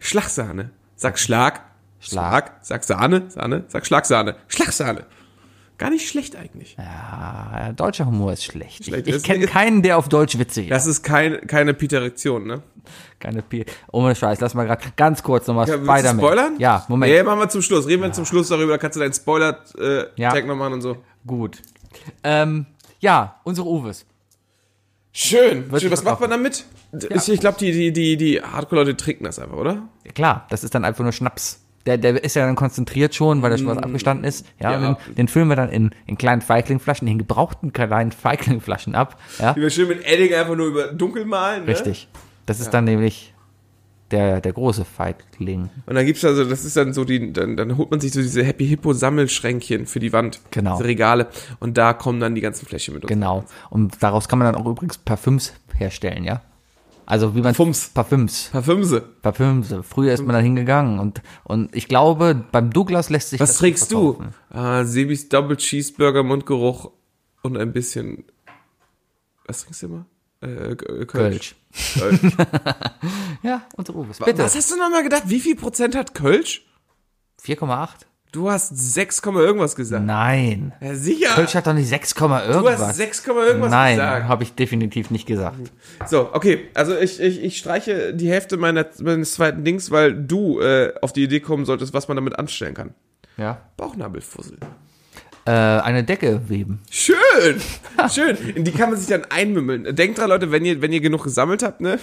Schlagsahne. Sag Schlag.
Schlag.
Sag Sahne. Sahne. Sag Schlagsahne. Schlagsahne. Gar nicht schlecht eigentlich.
Ah, deutscher Humor ist schlecht.
Schlecht.
Ich,
Das
ich kenne
ist-
keinen, der auf Deutsch witzig ist.
Das ist kein, keine Peter-Rektion, ne?
Keine P. Ohne Scheiß, lass mal gerade ganz kurz nochmal
Ja, willst du
Spider-Man.
spoilern?
Ja, Moment.
Nee, machen wir zum Schluss. Reden wir zum Schluss darüber. Da kannst du deinen äh, Spoiler-Tag
Ja.
noch machen und so.
Gut. Ähm, ja, unsere Uves.
Schön.
Wird
Schön. Was macht
verkauft.
man damit? Ist, ich glaube, die, die, die, die Hardcore-Leute trinken das einfach, oder?
Ja, klar, das ist dann einfach nur Schnaps. Der, der ist ja dann konzentriert schon, weil da schon was abgestanden ist. Ja,
Mm. Ja.
Und den, den füllen wir dann in, in kleinen Feiglingflaschen, in gebrauchten kleinen Feiglingflaschen ab. Ja,
Die wir schön mit Edding einfach nur über dunkel malen. Ne?
richtig. Das ist dann nämlich der, der große Feigling.
Und dann gibt's also, das ist dann so die, dann, dann holt man sich so diese Happy Hippo Sammelschränkchen für die Wand.
Genau.
Diese Regale. Und da kommen dann die ganzen Fläschchen mit uns.
Genau. Und daraus kann man dann auch übrigens Parfüms herstellen, ja? Also wie man
Parfums.
Parfüms.
Parfümse.
Parfüms. Früher ist man da hingegangen und, und ich glaube, beim Douglas lässt sich
Was
das ne?
trägst
gut
du?
verkaufen.
Ah, Sebis Double Cheeseburger Mundgeruch und ein bisschen. Was trinkst du immer? Äh, K- Kölsch.
Kölsch.
Kölsch.
Ja, unser Uwes. Bitte.
Was hast du nochmal gedacht? Wie viel Prozent hat Kölsch?
4,8?
Du hast 6, Komma irgendwas gesagt.
Nein.
Ja, sicher.
Kölsch hat doch nicht 6, Komma
du
irgendwas.
hast 6, Komma irgendwas
Nein,
gesagt. Hm.
habe ich definitiv nicht gesagt.
So, okay. Also ich, ich, ich streiche die Hälfte meiner, meines zweiten Dings, weil du äh, auf die Idee kommen solltest, was man damit anstellen kann.
Ja.
Bauchnabelfussel.
Äh, eine Decke weben.
Schön, schön. In die kann man sich dann einmümmeln. Denkt dran, Leute, wenn ihr, wenn ihr genug gesammelt habt, ne,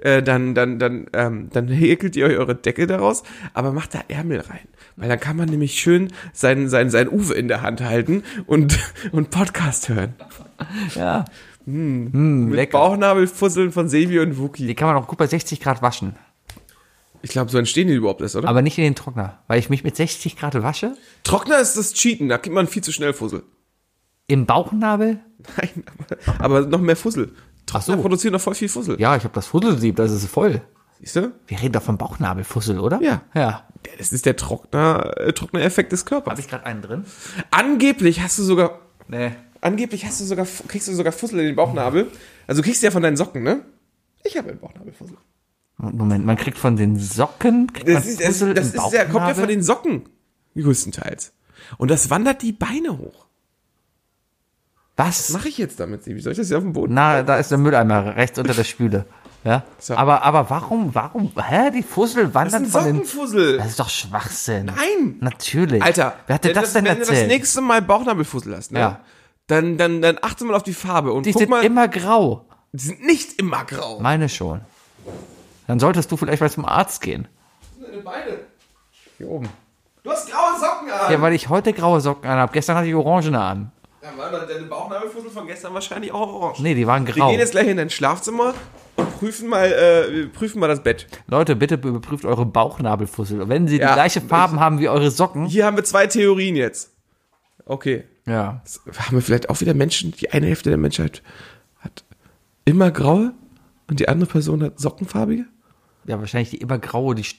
äh, dann, dann, dann, ähm, dann häkelt ihr euch eure Decke daraus, aber macht da Ärmel rein. Weil dann kann man nämlich schön sein, sein, sein Uwe in der Hand halten und, und Podcast hören.
Ja. Hm,
Mit
lecker.
Bauchnabelfusseln von Sevi und Wookie.
Die kann man auch gut bei 60 Grad waschen.
Ich glaube, so entstehen die überhaupt erst, oder?
Aber nicht in den Trockner. Weil ich mich mit 60 Grad wasche,
Trockner ist das Cheaten, da kriegt man viel zu schnell Fussel.
im Bauchnabel.
Nein, aber, aber noch mehr Fussel. Trockner
so.
produzieren noch voll viel Fussel.
Ja, ich habe das Fusselsieb, das ist voll.
Siehst du?
Wir reden doch vom Bauchnabelfussel, oder?
Ja.
Ja.
Das ist der Trockner, äh, Trockner-Effekt des Körpers.
Habe ich gerade einen drin?
Angeblich hast du sogar,
Nee.
angeblich hast du sogar, kriegst du sogar Fussel in den Bauchnabel. Also du kriegst du ja von deinen Socken, ne? Ich habe einen Bauchnabelfussel.
Moment, man kriegt von den Socken, kriegt
Das,
man
ist, das,
Fussel
das
im
ist ja, kommt ja von
Bauchnabel?
den Socken, größtenteils. Und das wandert die Beine hoch.
Was?
Mache ich jetzt damit, Sebi? Soll ich das hier auf dem Boden?
Na, da ist der Mülleimer rechts unter der Spüle. Ja.
So.
Aber, aber warum, warum, hä? Die Fussel
das ist
wandern
ein
von den.
Sockenfussel.
Das ist doch Schwachsinn.
Nein.
Natürlich.
Alter,
Wer hat dir
wenn
das
du-
denn
wenn du das
erzählt?
nächste Mal Bauchnabelfussel hast, ne?
Ja.
Dann, dann, dann achte mal auf die Farbe und
Die
guck
sind
mal,
immer grau.
die sind nicht immer grau.
Meine schon. Dann solltest du vielleicht mal zum Arzt gehen.
Deine Beine.
Hier oben.
Du hast graue Socken an.
Ja, weil ich heute graue Socken an habe. Gestern hatte ich orangene an.
Ja, waren dann deine Bauchnabelfussel von gestern wahrscheinlich auch orange.
Nee, die waren
Wir
grau.
gehen jetzt gleich in dein Schlafzimmer und prüfen mal, äh, wir prüfen mal das Bett.
Leute, bitte überprüft eure Bauchnabelfussel. Wenn sie
Ja,
die gleiche Farben haben wie eure Socken.
Hier haben wir zwei Theorien jetzt. Okay.
Ja.
Jetzt haben wir vielleicht auch wieder Menschen, die eine Hälfte der Menschheit hat immer graue und die andere Person hat sockenfarbige?
Ja, wahrscheinlich die immer graue, die st-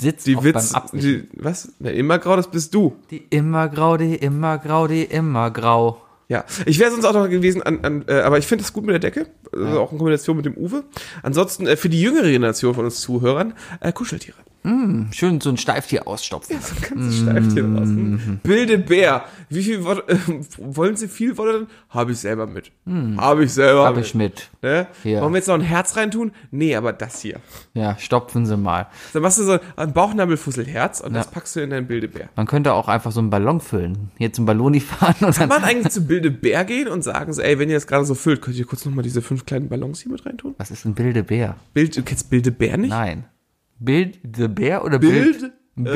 sitzt
Die
auch
Witz,
beim Absicht.
die, was? Na, immer grau, das bist du.
Die immer grau, die immer grau, die immer grau.
Ja, ich wäre sonst auch noch gewesen an, an äh, aber ich finde das gut mit der Decke, also auch in Kombination mit dem Uwe. Ansonsten äh, für die jüngere Generation von uns Zuhörern, äh, Kuscheltiere.
Schön so ein Steiftier ausstopfen.
So ein ganzes
Mhm.
Steifchen draußen. Bilde Bär. Wie viel Wort, äh, wollen Sie viel Worte? Habe ich selber mit. Habe ich selber
Mhm. Hab ich mit.
Ne?
Ja.
Wollen wir jetzt noch ein Herz reintun? Nee, aber das hier.
Ja, stopfen sie mal.
Dann machst du so ein Bauchnabelfusselherz und das
Ja.
packst du in dein Bildebär.
Man könnte auch einfach so einen Ballon füllen. Hier zum Balloni fahren und
Kann man
dann.
eigentlich zu Bildebär gehen und sagen so, ey, wenn ihr das gerade so füllt, könnt ihr kurz nochmal diese fünf kleinen Ballons hier mit reintun?
Was ist ein Bildebär?
Bild, du kennst Bildebär nicht?
Nein. Bild the Bear oder
Bild,
Bild?
äh,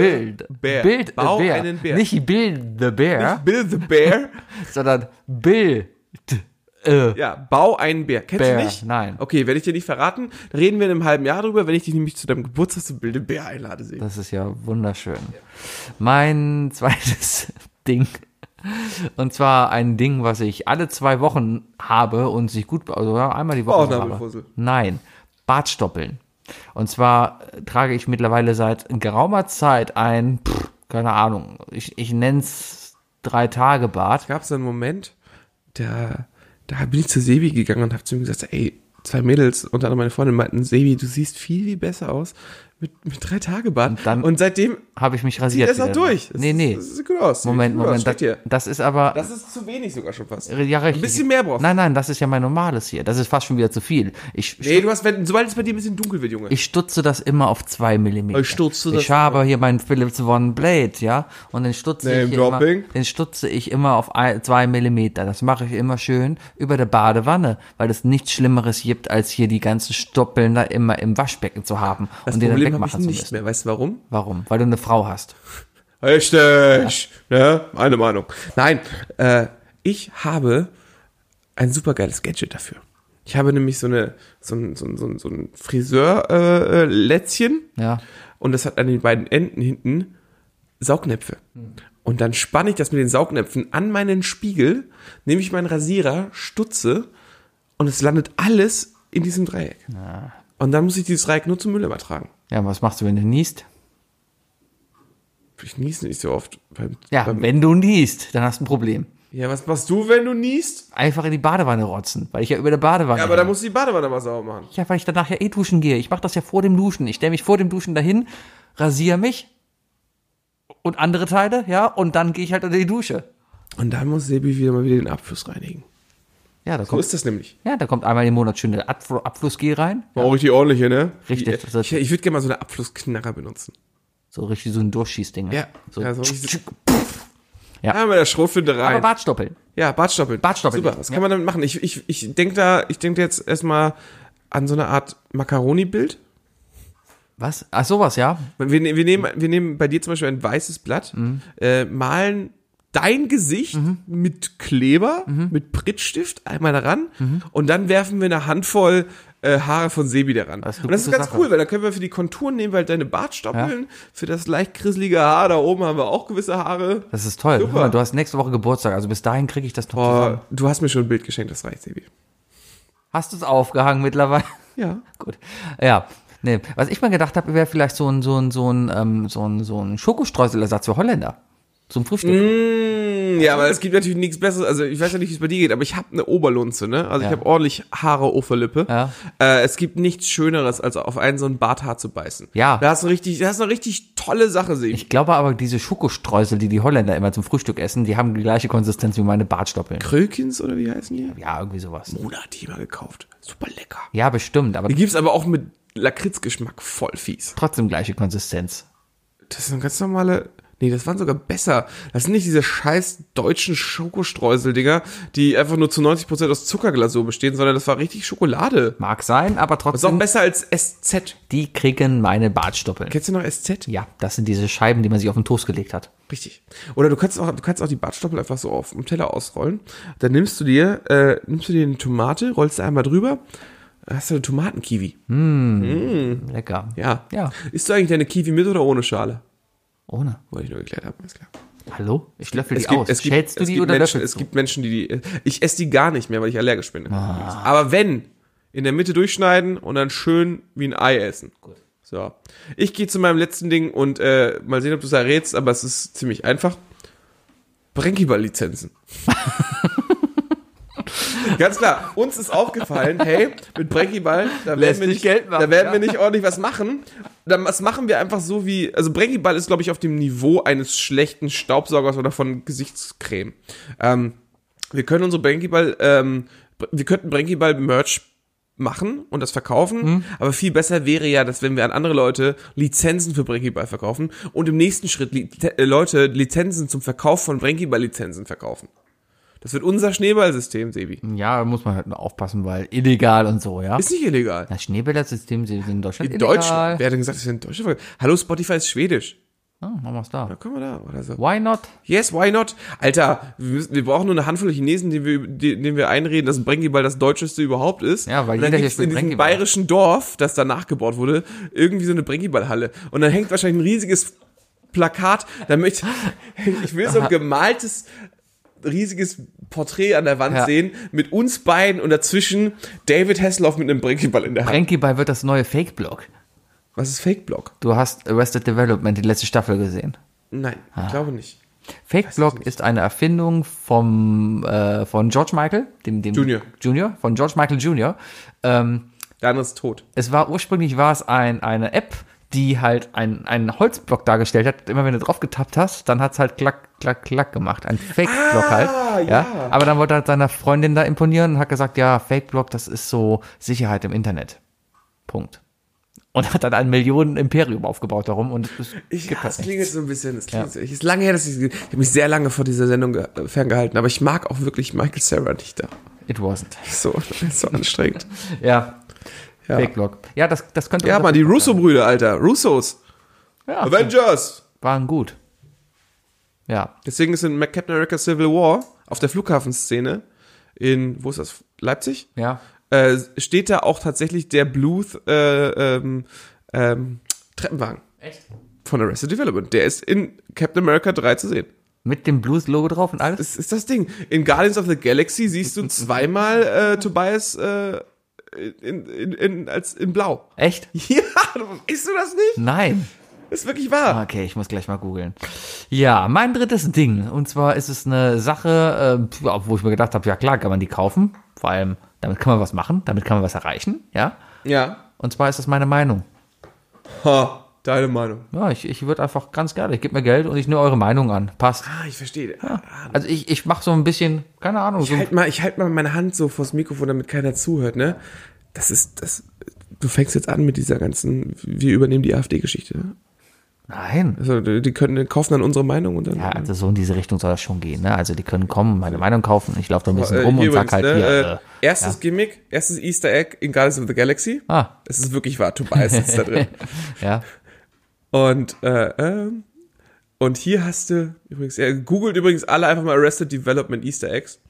Bild.
Bär.
Bild the
Bau
Bear.
einen Bär.
Nicht Bild the Bear,
Bill the Bear.
sondern Bild. Äh.
Ja, bau einen Bär. Kennst
Bär,
du nicht?
nein.
Okay, werde ich dir nicht verraten. Reden wir in einem halben Jahr drüber, wenn ich dich nämlich zu deinem Geburtstag zu Bilde Bär einlade, sehe.
Das ist ja wunderschön. Mein zweites Ding. Und zwar ein Ding, was ich alle zwei Wochen habe und sich gut, also ja, einmal die
Oh,
Woche
Bauchnabelfussel.
habe. Nein, Bartstoppeln. Und zwar äh, trage ich mittlerweile seit geraumer Zeit ein, pff, keine Ahnung, ich, ich nenne es drei Tage Bart.
gab es einen Moment, da, da bin ich zu Sebi gegangen und habe zu ihm gesagt, ey, zwei Mädels, unter anderem meine Freundin, meinten, Sebi, du siehst viel, viel besser aus, mit, mit drei Tage Bart. Und,
dann-
seitdem
Habe ich mich
der
rasiert.
ist auch
wieder.
durch. Das
Nee,
ist-
nee.
Das sieht gut aus.
Moment,
Sieht gut aus.
Moment.
Steht
Das,
hier.
das ist aber.
Das ist zu wenig sogar schon fast.
ja, richtig.
Ein bisschen mehr brauchst du.
Nein, nein, das ist ja mein normales hier. Das ist fast schon wieder zu viel. Ich,
Nee, du hast, wenn, sobald es bei dir ein bisschen dunkel wird, Junge.
ich stutze das immer auf zwei Millimeter.
Ich stutze das
Ich habe hier meinen Philips One Blade, ja. Und den stutze ich
Name
hier immer,
dropping.
den stutze ich immer auf ein, zwei Millimeter. Das mache ich immer schön über der Badewanne, weil es nichts Schlimmeres gibt, als hier die ganzen Stoppeln da immer im Waschbecken zu haben
das
und den dann
Problem habe ich
wegmachen zu
nicht
müssen.
mehr. Weißt du warum?
Warum? Weil du eine Frau hast.
Richtig. Ja, meine Meinung. Nein, äh, ich habe ein supergeiles Gadget dafür. Ich habe nämlich so eine so ein, so ein, so ein, so ein Friseur-Lätzchen äh, Lätzchen.
Ja.
und das hat an den beiden Enden hinten Saugnäpfe. Und dann spanne ich das mit den Saugnäpfen an meinen Spiegel, nehme ich meinen Rasierer, stutze und es landet alles in diesem Dreieck. Und dann muss ich dieses Dreieck nur zum Mülleimer tragen.
Ja, und was machst du, wenn du niest?
Ich niese nicht so oft. Beim,
Ja,
beim,
wenn du niest, dann hast du ein Problem.
ja, was machst du, wenn du niest?
Einfach in die Badewanne rotzen, weil ich ja über der Badewanne.
Ja, aber da
hänge.
musst du die Badewanne mal sauber machen.
Ja, weil ich danach ja eh duschen gehe. Ich mache das ja vor dem Duschen. Ich stelle mich vor dem Duschen dahin, rasiere mich und andere Teile, ja, und dann gehe ich halt unter die Dusche.
Und dann muss Sebi wieder mal wieder den Abfluss reinigen.
Ja, da
So
kommt,
ist das nämlich.
ja, da kommt einmal im Monat schön der Abfl Abflussgel rein.
War auch richtig ordentlich, ne?
Richtig.
Ich, ich, ich würde gerne mal so eine Abflussknarrer benutzen.
So richtig so ein Durchschießding. ne?
So.
So.
Ja, so
Tschuk,
richtig.
tschuk.
Ja. Einmal Ah, der Schrotflinte rein.
Aber Bartstoppeln.
Ja, Bartstoppeln.
Bartstoppeln.
Super, was kann
Ja.
man damit machen? Ich, ich, ich denke da, ich denke jetzt erstmal an so eine Art Macaroni-Bild.
Was? Ach, sowas, ja.
Wir, ne- wir, nehmen, wir nehmen bei dir zum Beispiel ein weißes Blatt,
Mhm.
äh, malen dein Gesicht mit Kleber,
Mhm.
mit Prittstift einmal daran und dann werfen wir eine Handvoll äh, Haare von Sebi daran.
Das ist eine
und das ist
gute
ganz
Sache.
cool, weil dann können wir für die Konturen nehmen, weil deine Bartstoppeln, für das leicht krisselige Haar da oben haben wir auch gewisse Haare.
Das ist toll.
Super.
Hör mal, du hast nächste Woche Geburtstag, also bis dahin kriege ich das noch zusammen.
Boah, Oh, du hast mir schon ein Bild geschenkt, das reicht, Sebi.
Hast du es aufgehangen mittlerweile?
Ja.
Gut. Ja. Nee. Was ich mal gedacht habe, wäre vielleicht so ein, so ein, so ein, ähm, so ein, so ein Schokostreuseelersatz für Holländer. Zum Frühstück.
Ja, aber es gibt natürlich nichts Besseres. Also ich weiß ja nicht, wie es bei dir geht, aber ich habe eine Oberlunze, ne? Also ich
Ja.
habe ordentlich Haare, Oferlippe.
Ja.
Äh, es gibt nichts Schöneres, als auf einen so ein Barthaar zu beißen.
Ja.
Da hast du richtig, da hast du eine richtig tolle Sache, sehe ich.
Ich glaube aber, diese Schokostreusel, die die Holländer immer zum Frühstück essen, die haben die gleiche Konsistenz wie meine Bartstoppeln.
Krökins oder wie heißen die?
Ja, irgendwie sowas.
Bruder hat die mal gekauft. Super lecker.
Ja, bestimmt, aber
Die gibt's aber auch mit Lakritzgeschmack voll fies.
trotzdem gleiche Konsistenz.
Das sind ganz normale. Nee, das waren sogar besser. Das sind nicht diese scheiß deutschen Schokostreusel-Dinger, die einfach nur zu 90% aus Zuckerglasur bestehen, sondern das war richtig Schokolade.
Mag sein, aber
Das ist auch
trotzdem,
besser als SZ.
die kriegen meine Bartstoppeln.
Kennst du noch SZ?
Ja, das sind diese Scheiben, die man sich auf den Toast gelegt hat.
Richtig. Oder du kannst auch, du kannst auch die Bartstoppel einfach so auf dem Teller ausrollen. Dann nimmst du dir, äh, nimmst du dir eine Tomate, rollst da einmal drüber, hast du eine Tomatenkiwi.
Lecker.
Ja.
Hm. Ja.
Isst du eigentlich deine Kiwi mit oder ohne Schale?
Ohne.
Wollte ich nur geklärt haben, alles klar.
Hallo? Ich löffel die
gibt-
aus.
es gibt,
Schälst du
es
die
gibt
oder
Menschen,
löffelst
Es
du?
gibt Menschen, die die, ich esse die gar nicht mehr, weil ich allergisch bin.
Ah.
Aber wenn, in der Mitte durchschneiden und dann schön wie ein Ei essen. So. Ich gehe zu meinem letzten Ding und äh, mal sehen, ob du es errätst, aber es ist ziemlich einfach. Brenkiber-Lizenzen. Ganz klar, uns ist aufgefallen, hey, mit Brenkiball, da werden,
Lässt
wir
sich
nicht,
Geld machen,
da werden
ja.
wir nicht ordentlich was machen. Dann was machen wir einfach so wie, also Brenkiball ist, glaube ich, auf dem Niveau eines schlechten Staubsaugers oder von Gesichtscreme. Ähm, wir können unsere Brenkiball, ähm, Br- wir könnten Brenkiball-Merch machen und das verkaufen,
Hm.
aber viel besser wäre ja, dass wenn wir an andere Leute Lizenzen für Brenkiball verkaufen und im nächsten Schritt Li äh, Leute Lizenzen zum Verkauf von Brenkiball-Lizenzen verkaufen. Das wird unser Schneeballsystem, Sebi.
Ja, da muss man halt nur aufpassen, weil illegal und so, ja.
Ist nicht illegal.
Das Schneebällersystem sind in Deutschland
In
illegal.
Deutschland. Wer hat denn gesagt, das ist in Deutschland? Hallo, Spotify ist schwedisch.
Ah, machen wir's da.
Da können wir da oder so.
Why not?
Yes, why not? Alter, wir, müssen, wir brauchen nur eine Handvoll Chinesen, denen wir, die- denen wir einreden, dass Brengiball das deutscheste überhaupt ist.
Ja, weil
und dann
jeder hier
gibt's
spielt
in diesem
Brengiball.
bayerischen Dorf, das da nachgebaut wurde, irgendwie so eine Brengiballhalle. Und dann hängt wahrscheinlich ein riesiges Plakat, da möchte ich will so ein gemaltes riesiges Porträt an der Wand
Ja.
sehen mit uns beiden und dazwischen David Hasselhoff mit einem Brengiball in der Hand.
Frankie Ball wird das neue Fake-Blog.
Was ist Fake Block?
Du hast Arrested Development, die letzte Staffel gesehen.
Nein, ich glaube nicht.
Fake Block ist eine Erfindung vom, äh, von George Michael, dem, dem
Junior.
Junior, von George Michael Junior. Ähm,
Der andere ist tot.
es war ursprünglich war es ein, eine App, die halt ein- einen Holzblock dargestellt hat. Immer wenn du drauf getappt hast, dann hat's halt klack, klack, klack gemacht. Ein
Ah,
Fake-Block halt. Ja. Aber dann wollte er halt seiner Freundin da imponieren und hat gesagt, ja, Fake-Block, das ist so Sicherheit im Internet. Punkt. Und hat dann ein Millionen-Imperium aufgebaut darum und es
Ich,
gibt
ja,
halt
es
nichts.
klingelt so ein bisschen. Es klingelt so. Es ist lange her, dass ich, ich habe mich sehr lange vor dieser Sendung ge- äh, ferngehalten, aber ich mag auch wirklich Michael Sarah nicht da.
It wasn't.
So, das ist so anstrengend.
Ja.
Ja.
Fake-Block. Ja, das, das könnte
Ja,
unser-
Mann, die Russo-Brüder, Alter. Russos.
ja,
Avengers.
waren gut. Ja.
Deswegen ist in Captain America Civil War auf der Flughafenszene in, wo ist das? Leipzig?
Ja.
Äh, steht da auch tatsächlich der Bluth äh, ähm, ähm, Treppenwagen
Echt?
von Arrested Development. Der ist in Captain America 3 zu sehen.
Mit dem Blues-Logo drauf und alles?
Das ist das Ding. In Guardians of the Galaxy siehst du zweimal äh, Tobias äh, in, in, in, als in Blau.
Echt?
Ja, weißt du das nicht?
Nein.
Das ist wirklich wahr.
Okay, ich muss gleich mal googeln. Ja, mein drittes Ding. Und zwar ist es eine Sache, äh, ja, wo ich mir gedacht habe, ja klar, kann man die kaufen. Vor allem, damit kann man was machen, damit kann man was erreichen. Ja.
Ja.
Und zwar ist das meine Meinung.
Ha, deine Meinung.
Ja, ich, ich würde einfach ganz gerne, ich gebe mir Geld und ich nehme eure Meinung an. Passt.
Ah, ich verstehe.
Also ich, ich mache so ein bisschen, keine Ahnung, so
Ich halt mal, ich halt mal meine Hand so vors Mikrofon, damit keiner zuhört, ne? Das ist, das, du fängst jetzt an mit dieser ganzen, wir übernehmen die AfD-Geschichte. ne?
Nein.
Also, die können, kaufen dann unsere Meinung und dann.
Ja, also so in diese Richtung soll das schon gehen. Ne? Also die können kommen, meine Meinung kaufen. Ich laufe da ein bisschen
Äh,
rum
hier
und sag halt
übrigens, ne,
hier.
äh,
Äh,
erstes Gimmick, erstes Easter Egg in Guardians of the Galaxy.
Ah.
Es ist wirklich wahr, Tobias sitzt da drin.
ja.
Und, äh, ähm, und hier hast du übrigens, er googelt übrigens alle einfach mal Arrested Development Easter Eggs.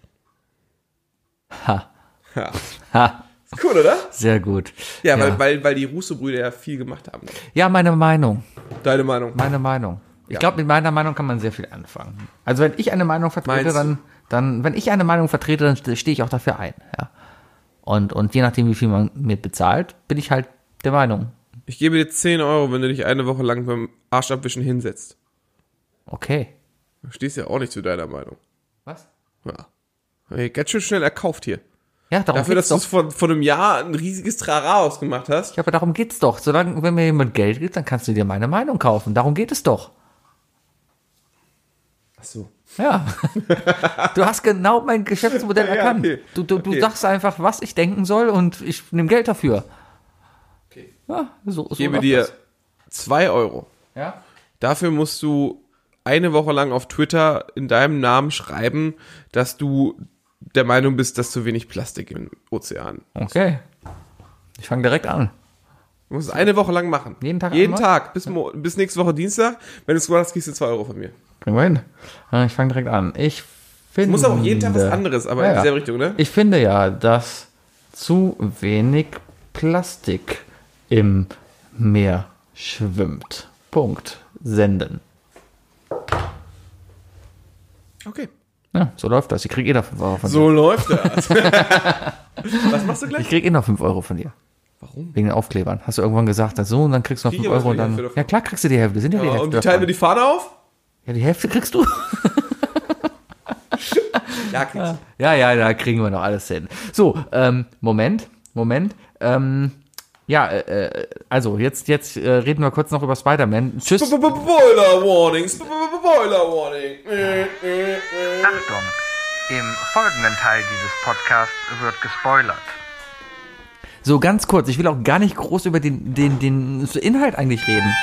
Ha.
Ja.
Ha.
Cool, oder?
Sehr gut.
Ja, Weil,
ja.
weil, weil die Russo-Brüder ja viel gemacht haben.
ja, meine Meinung.
Deine Meinung.
Meine Meinung. Ich glaube, mit meiner Meinung kann man sehr viel anfangen. Also wenn ich eine Meinung vertrete,
Meinst du?
dann, dann, wenn ich eine Meinung vertrete, dann ste- stehe ich auch dafür ein. Ja. Und, und je nachdem, wie viel man mir bezahlt, bin ich halt der Meinung.
Ich gebe dir 10 Euro, wenn du dich eine Woche lang beim Arsch abwischen hinsetzt.
Okay.
Du stehst ja auch nicht zu deiner Meinung.
Was?
Ja. Hey, ganz schön schnell erkauft hier.
Ja, darum
Dafür,
geht's
dass du
doch.
es vor, vor einem Jahr ein riesiges Trara ausgemacht hast.
Ja, aber darum geht's doch. Solange, wenn mir jemand Geld gibt, dann kannst du dir meine Meinung kaufen. Darum geht es doch.
Ach so.
Ja. Du hast genau mein Geschäftsmodell
Ja,
erkannt.
okay.
Du, du, du
Okay.
sagst einfach, was ich denken soll und ich nehme Geld dafür.
Okay.
Ja, so, so
Ich gebe
läuft
dir
das.
2 Euro.
Ja?
Dafür musst du eine Woche lang auf Twitter in deinem Namen schreiben, dass du der Meinung bist, dass zu wenig Plastik im Ozean.
Okay. Ich fange direkt an.
Du musst es eine Woche lang machen.
Jeden Tag
Jeden
einmal?
Tag. Bis, mo- bis nächste Woche Dienstag. Wenn du es hast, kriegst du 2 Euro von mir.
Kriegen wir hin. Äh, Ich fange direkt an. Ich finde.
Muss aber auch jeden Tag was anderes, aber in
Ja, ja.
dieselbe Richtung, ne?
Ich finde ja, dass zu wenig Plastik im Meer schwimmt. Punkt. Senden.
Okay.
Ja, so läuft das. Ich krieg eh noch 5 Euro von dir.
So läuft das. Was machst du gleich?
Ich krieg eh noch 5 Euro von dir.
Warum?
Wegen den Aufklebern. Hast du irgendwann gesagt, so und dann kriegst du noch 5
Krieg ich aber
Euro und
die
dann.
Hälfte davon.
Ja klar kriegst du die Hälfte. Sind ja die
Ja,
Hälfte.
und die teilen
davon.
wir die Fahne auf?
ja, die Hälfte kriegst du.
Ja, kriegst du.
Ja, ja, da kriegen wir noch alles hin. So, ähm, Moment, Moment. Ähm, ja, äh, äh, also jetzt, jetzt äh, reden wir kurz noch über Spider-Man. Tschüss.
B- b- Boiler Warning. B- b- b- Boiler Warning. Äh, äh, äh.
Achtung! Im folgenden Teil dieses Podcasts wird gespoilert.
So, ganz kurz, ich will auch gar nicht groß über den, den, den Inhalt eigentlich reden.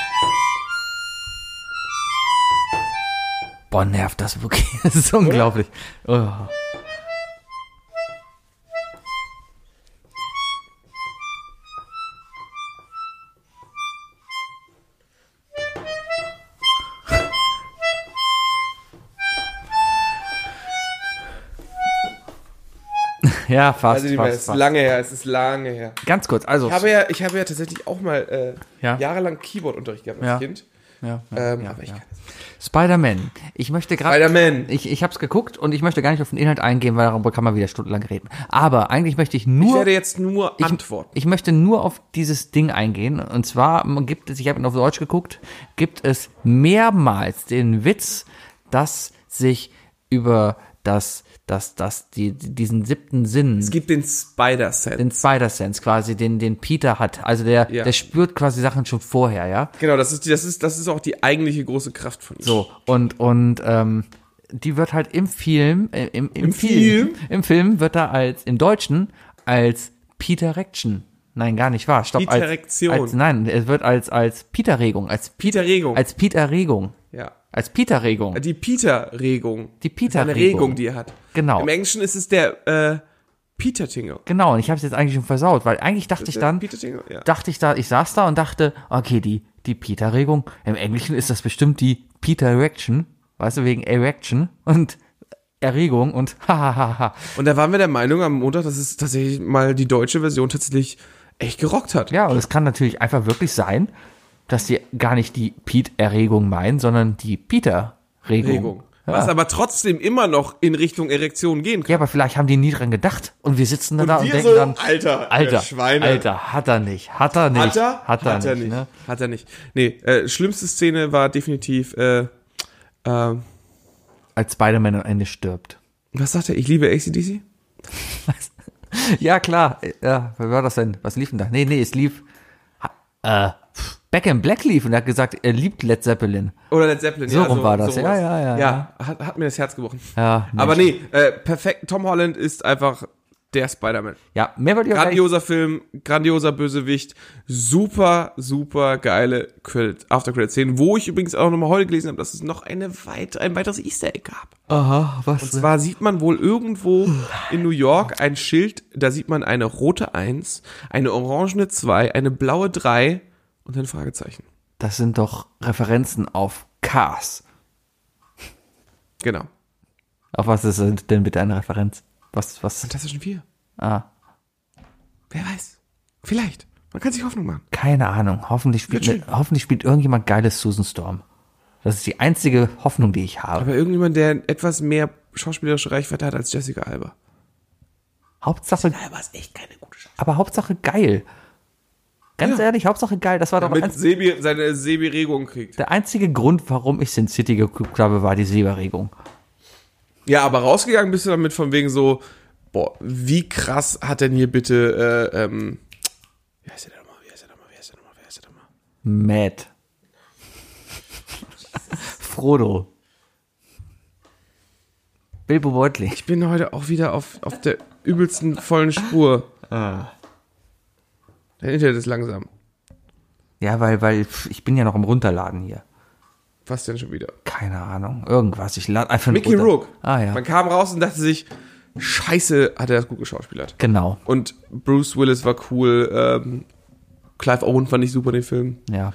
Boah, nervt das wirklich. Das ist unglaublich. Oh. Ja, fast.
Also, die es
fast,
ist
fast.
lange her, es ist lange her.
Ganz kurz, also.
Ich habe ja, ich habe ja tatsächlich auch mal äh,
Ja.
jahrelang Keyboard-Unterricht gehabt als
Ja.
Kind.
Ja, ja,
Ähm,
ja,
aber ich
ja.
kann das
Spider-Man. Ich möchte gerade.
Spider-Man.
Ich, ich habe es geguckt und ich möchte gar nicht auf den Inhalt eingehen, weil darüber kann man wieder stundenlang reden. Aber eigentlich möchte ich
ich
nur.
werde jetzt nur
ich,
antworten.
ich möchte nur auf dieses Ding eingehen. Und zwar gibt es, ich habe ihn auf Deutsch geguckt, gibt es mehrmals den Witz, dass sich über dass, dass, dass die, diesen siebten Sinn,
Es gibt den Spider-Sense.
den Spider-Sense quasi, den, den Peter hat. Also der,
Ja.
der spürt quasi Sachen schon vorher, ja.
genau, das ist, die- das, ist, das ist auch die eigentliche große Kraft von ihm.
So, und, und ähm, die wird halt im Film, äh, im, im, Film, im Film wird da als, im Deutschen, als Peter Rection. Nein, gar nicht wahr. Stopp. Als,
Peterektion.
als, nein, es wird als, als Peter-Regung, als, Pe-
Peter-Regung.
als Peter-Regung,
Ja.
als Peter-Regung.
Die Peter-Regung.
Die Peter-Regung.
Eine Regung, die er hat.
Genau.
Im Englischen ist es der äh, Peter-Tingle.
Genau, und ich habe es jetzt eigentlich schon versaut, weil eigentlich dachte ich
der
dann,
Peter Tingle, ja.
dachte ich da, ich saß da und dachte, okay, die, die Peter-Regung, im Englischen ist das bestimmt die Peter-Erection, weißt du, wegen Erection und Erregung und hahaha.
Und da waren wir der Meinung am Montag, dass es tatsächlich mal die deutsche Version tatsächlich echt gerockt hat.
Ja, und es kann natürlich einfach wirklich sein, dass sie gar nicht die Pete-Erregung meinen, sondern die Peter-Regung.
Regung. Was aber trotzdem immer noch in Richtung Erektion gehen kann.
Ja, aber vielleicht haben die nie dran gedacht und wir sitzen dann da und
wir
denken
so,
dann,
Alter, ihr
Alter,
Schweine.
Alter, hat er nicht, hat er nicht,
Hat er?
hat er, nicht, Ne?
Hat er nicht. Nee, äh, schlimmste Szene war definitiv, äh, äh,
als Spider-Man am Ende stirbt.
was sagt er? Ich liebe ACDC?
Ja, klar. Ja, wer war das denn? Was lief denn da? Nee, nee, es lief. Äh, Back in Black lief und er hat gesagt, er liebt Led Zeppelin.
Oder Led Zeppelin.
So rum war das. Ja,
was.
ja, ja,
Ja, hat, hat mir das Herz gebrochen.
Ja,
Aber nee, äh, perfekt. Tom Holland ist einfach der Spider-Man.
Ja, mehr wollte ich auch gar nicht.
Grandioser Film, grandioser Bösewicht, super, super geile Credit, After Credit Szenen, wo ich übrigens auch nochmal heute gelesen habe, dass es noch eine weit, ein weiteres Easter Egg gab.
Aha, was?
Und zwar sieht man wohl irgendwo in New York ein Schild, da sieht man eine rote 1, eine orangene 2, eine blaue 3 und ein Fragezeichen.
Das sind doch Referenzen auf Cars.
Genau.
Auf was ist denn bitte eine Referenz? Was, was?
Fantastischen Vier.
Ah,
Wer weiß. Vielleicht. Man kann sich Hoffnung machen.
keine Ahnung. Hoffentlich spielt, ne, hoffentlich spielt irgendjemand geiles Susan Storm. Das ist die einzige Hoffnung, die ich habe.
Aber irgendjemand, der etwas mehr schauspielerische Reichweite hat als Jessica Alba.
Hauptsache,
Alba ist echt keine gute Schauspielerin.
aber Hauptsache geil. Ganz
Ja.
ehrlich, Hauptsache geil. Das war doch
Damit
eins-
Sebi seine Sebi-Regung kriegt.
Der einzige Grund, warum ich Sin City geguckt habe, war die Silberregung.
Ja, aber rausgegangen bist du damit von wegen so, boah, wie krass hat denn hier bitte, äh, ähm, wie heißt der nochmal, wie heißt der nochmal, wie heißt der nochmal, wie heißt der nochmal?
Mad. Frodo. Bilbo Beutlin.
Ich bin heute auch wieder auf, auf der übelsten vollen Spur. Ah. Dein Internet ist langsam.
Ja, weil, weil pff, ich bin ja noch im Runterladen hier.
Was denn schon wieder?
Keine Ahnung. Irgendwas. Ich lade einfach
Mickey
runter.
Rook.
Ah ja.
Man kam raus und dachte sich, scheiße, hat er das gut geschauspielert.
Genau.
Und Bruce Willis war cool, ähm, Clive Owen fand ich super in den Film.
Ja.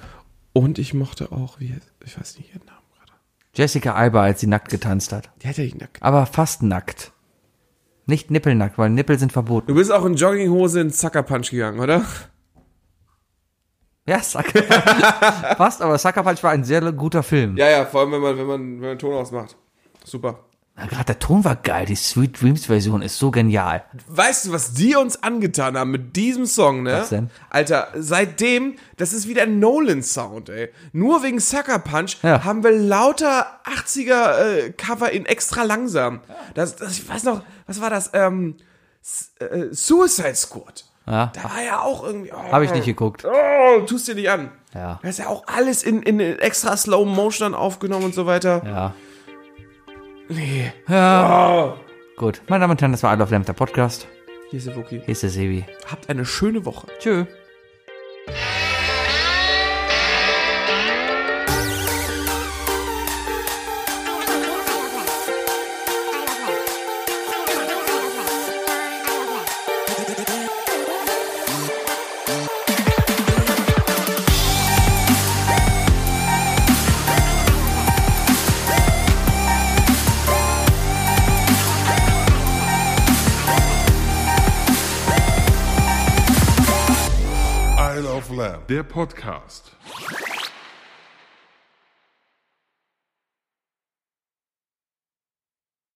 Und ich mochte auch, wie, ich weiß nicht ihren Namen gerade.
Jessica Alba, als sie nackt getanzt hat.
Die hat ja nicht nackt.
Aber fast nackt. Nicht nippelnackt, weil Nippel sind verboten.
Du bist auch in Jogginghose in Sucker Punch gegangen, oder?
Ja, Sucker Punch. Fast, aber Sucker Punch war ein sehr guter Film.
Ja, ja, vor allem, wenn man, wenn man, wenn man Ton ausmacht. Super.
Na, Gerade der Ton war geil. Die Sweet Dreams Version ist so genial.
Weißt du, was die uns angetan haben mit diesem Song, ne?
Was denn?
Alter, seitdem, das ist wieder ein Nolan-Sound, ey. Nur wegen Sucker Punch
Ja.
haben wir lauter 80er-Cover in extra langsam. Das, das, ich weiß noch, was war das? Ähm, S- äh, Suicide Squad.
Ja.
Da war ja auch irgendwie. Oh,
Habe ich nicht geguckt.
Oh, tust dir nicht an.
Ja.
Das ist ja auch alles in, in extra Slow Motion dann aufgenommen und so weiter.
Ja.
Nee.
Gut. Meine Damen und Herren, das war I Love Lamp, der Podcast.
Hier ist der Wookie.
Hier ist der Sebi.
Habt eine schöne Woche.
Tschö.
I Love Lamb, der Podcast.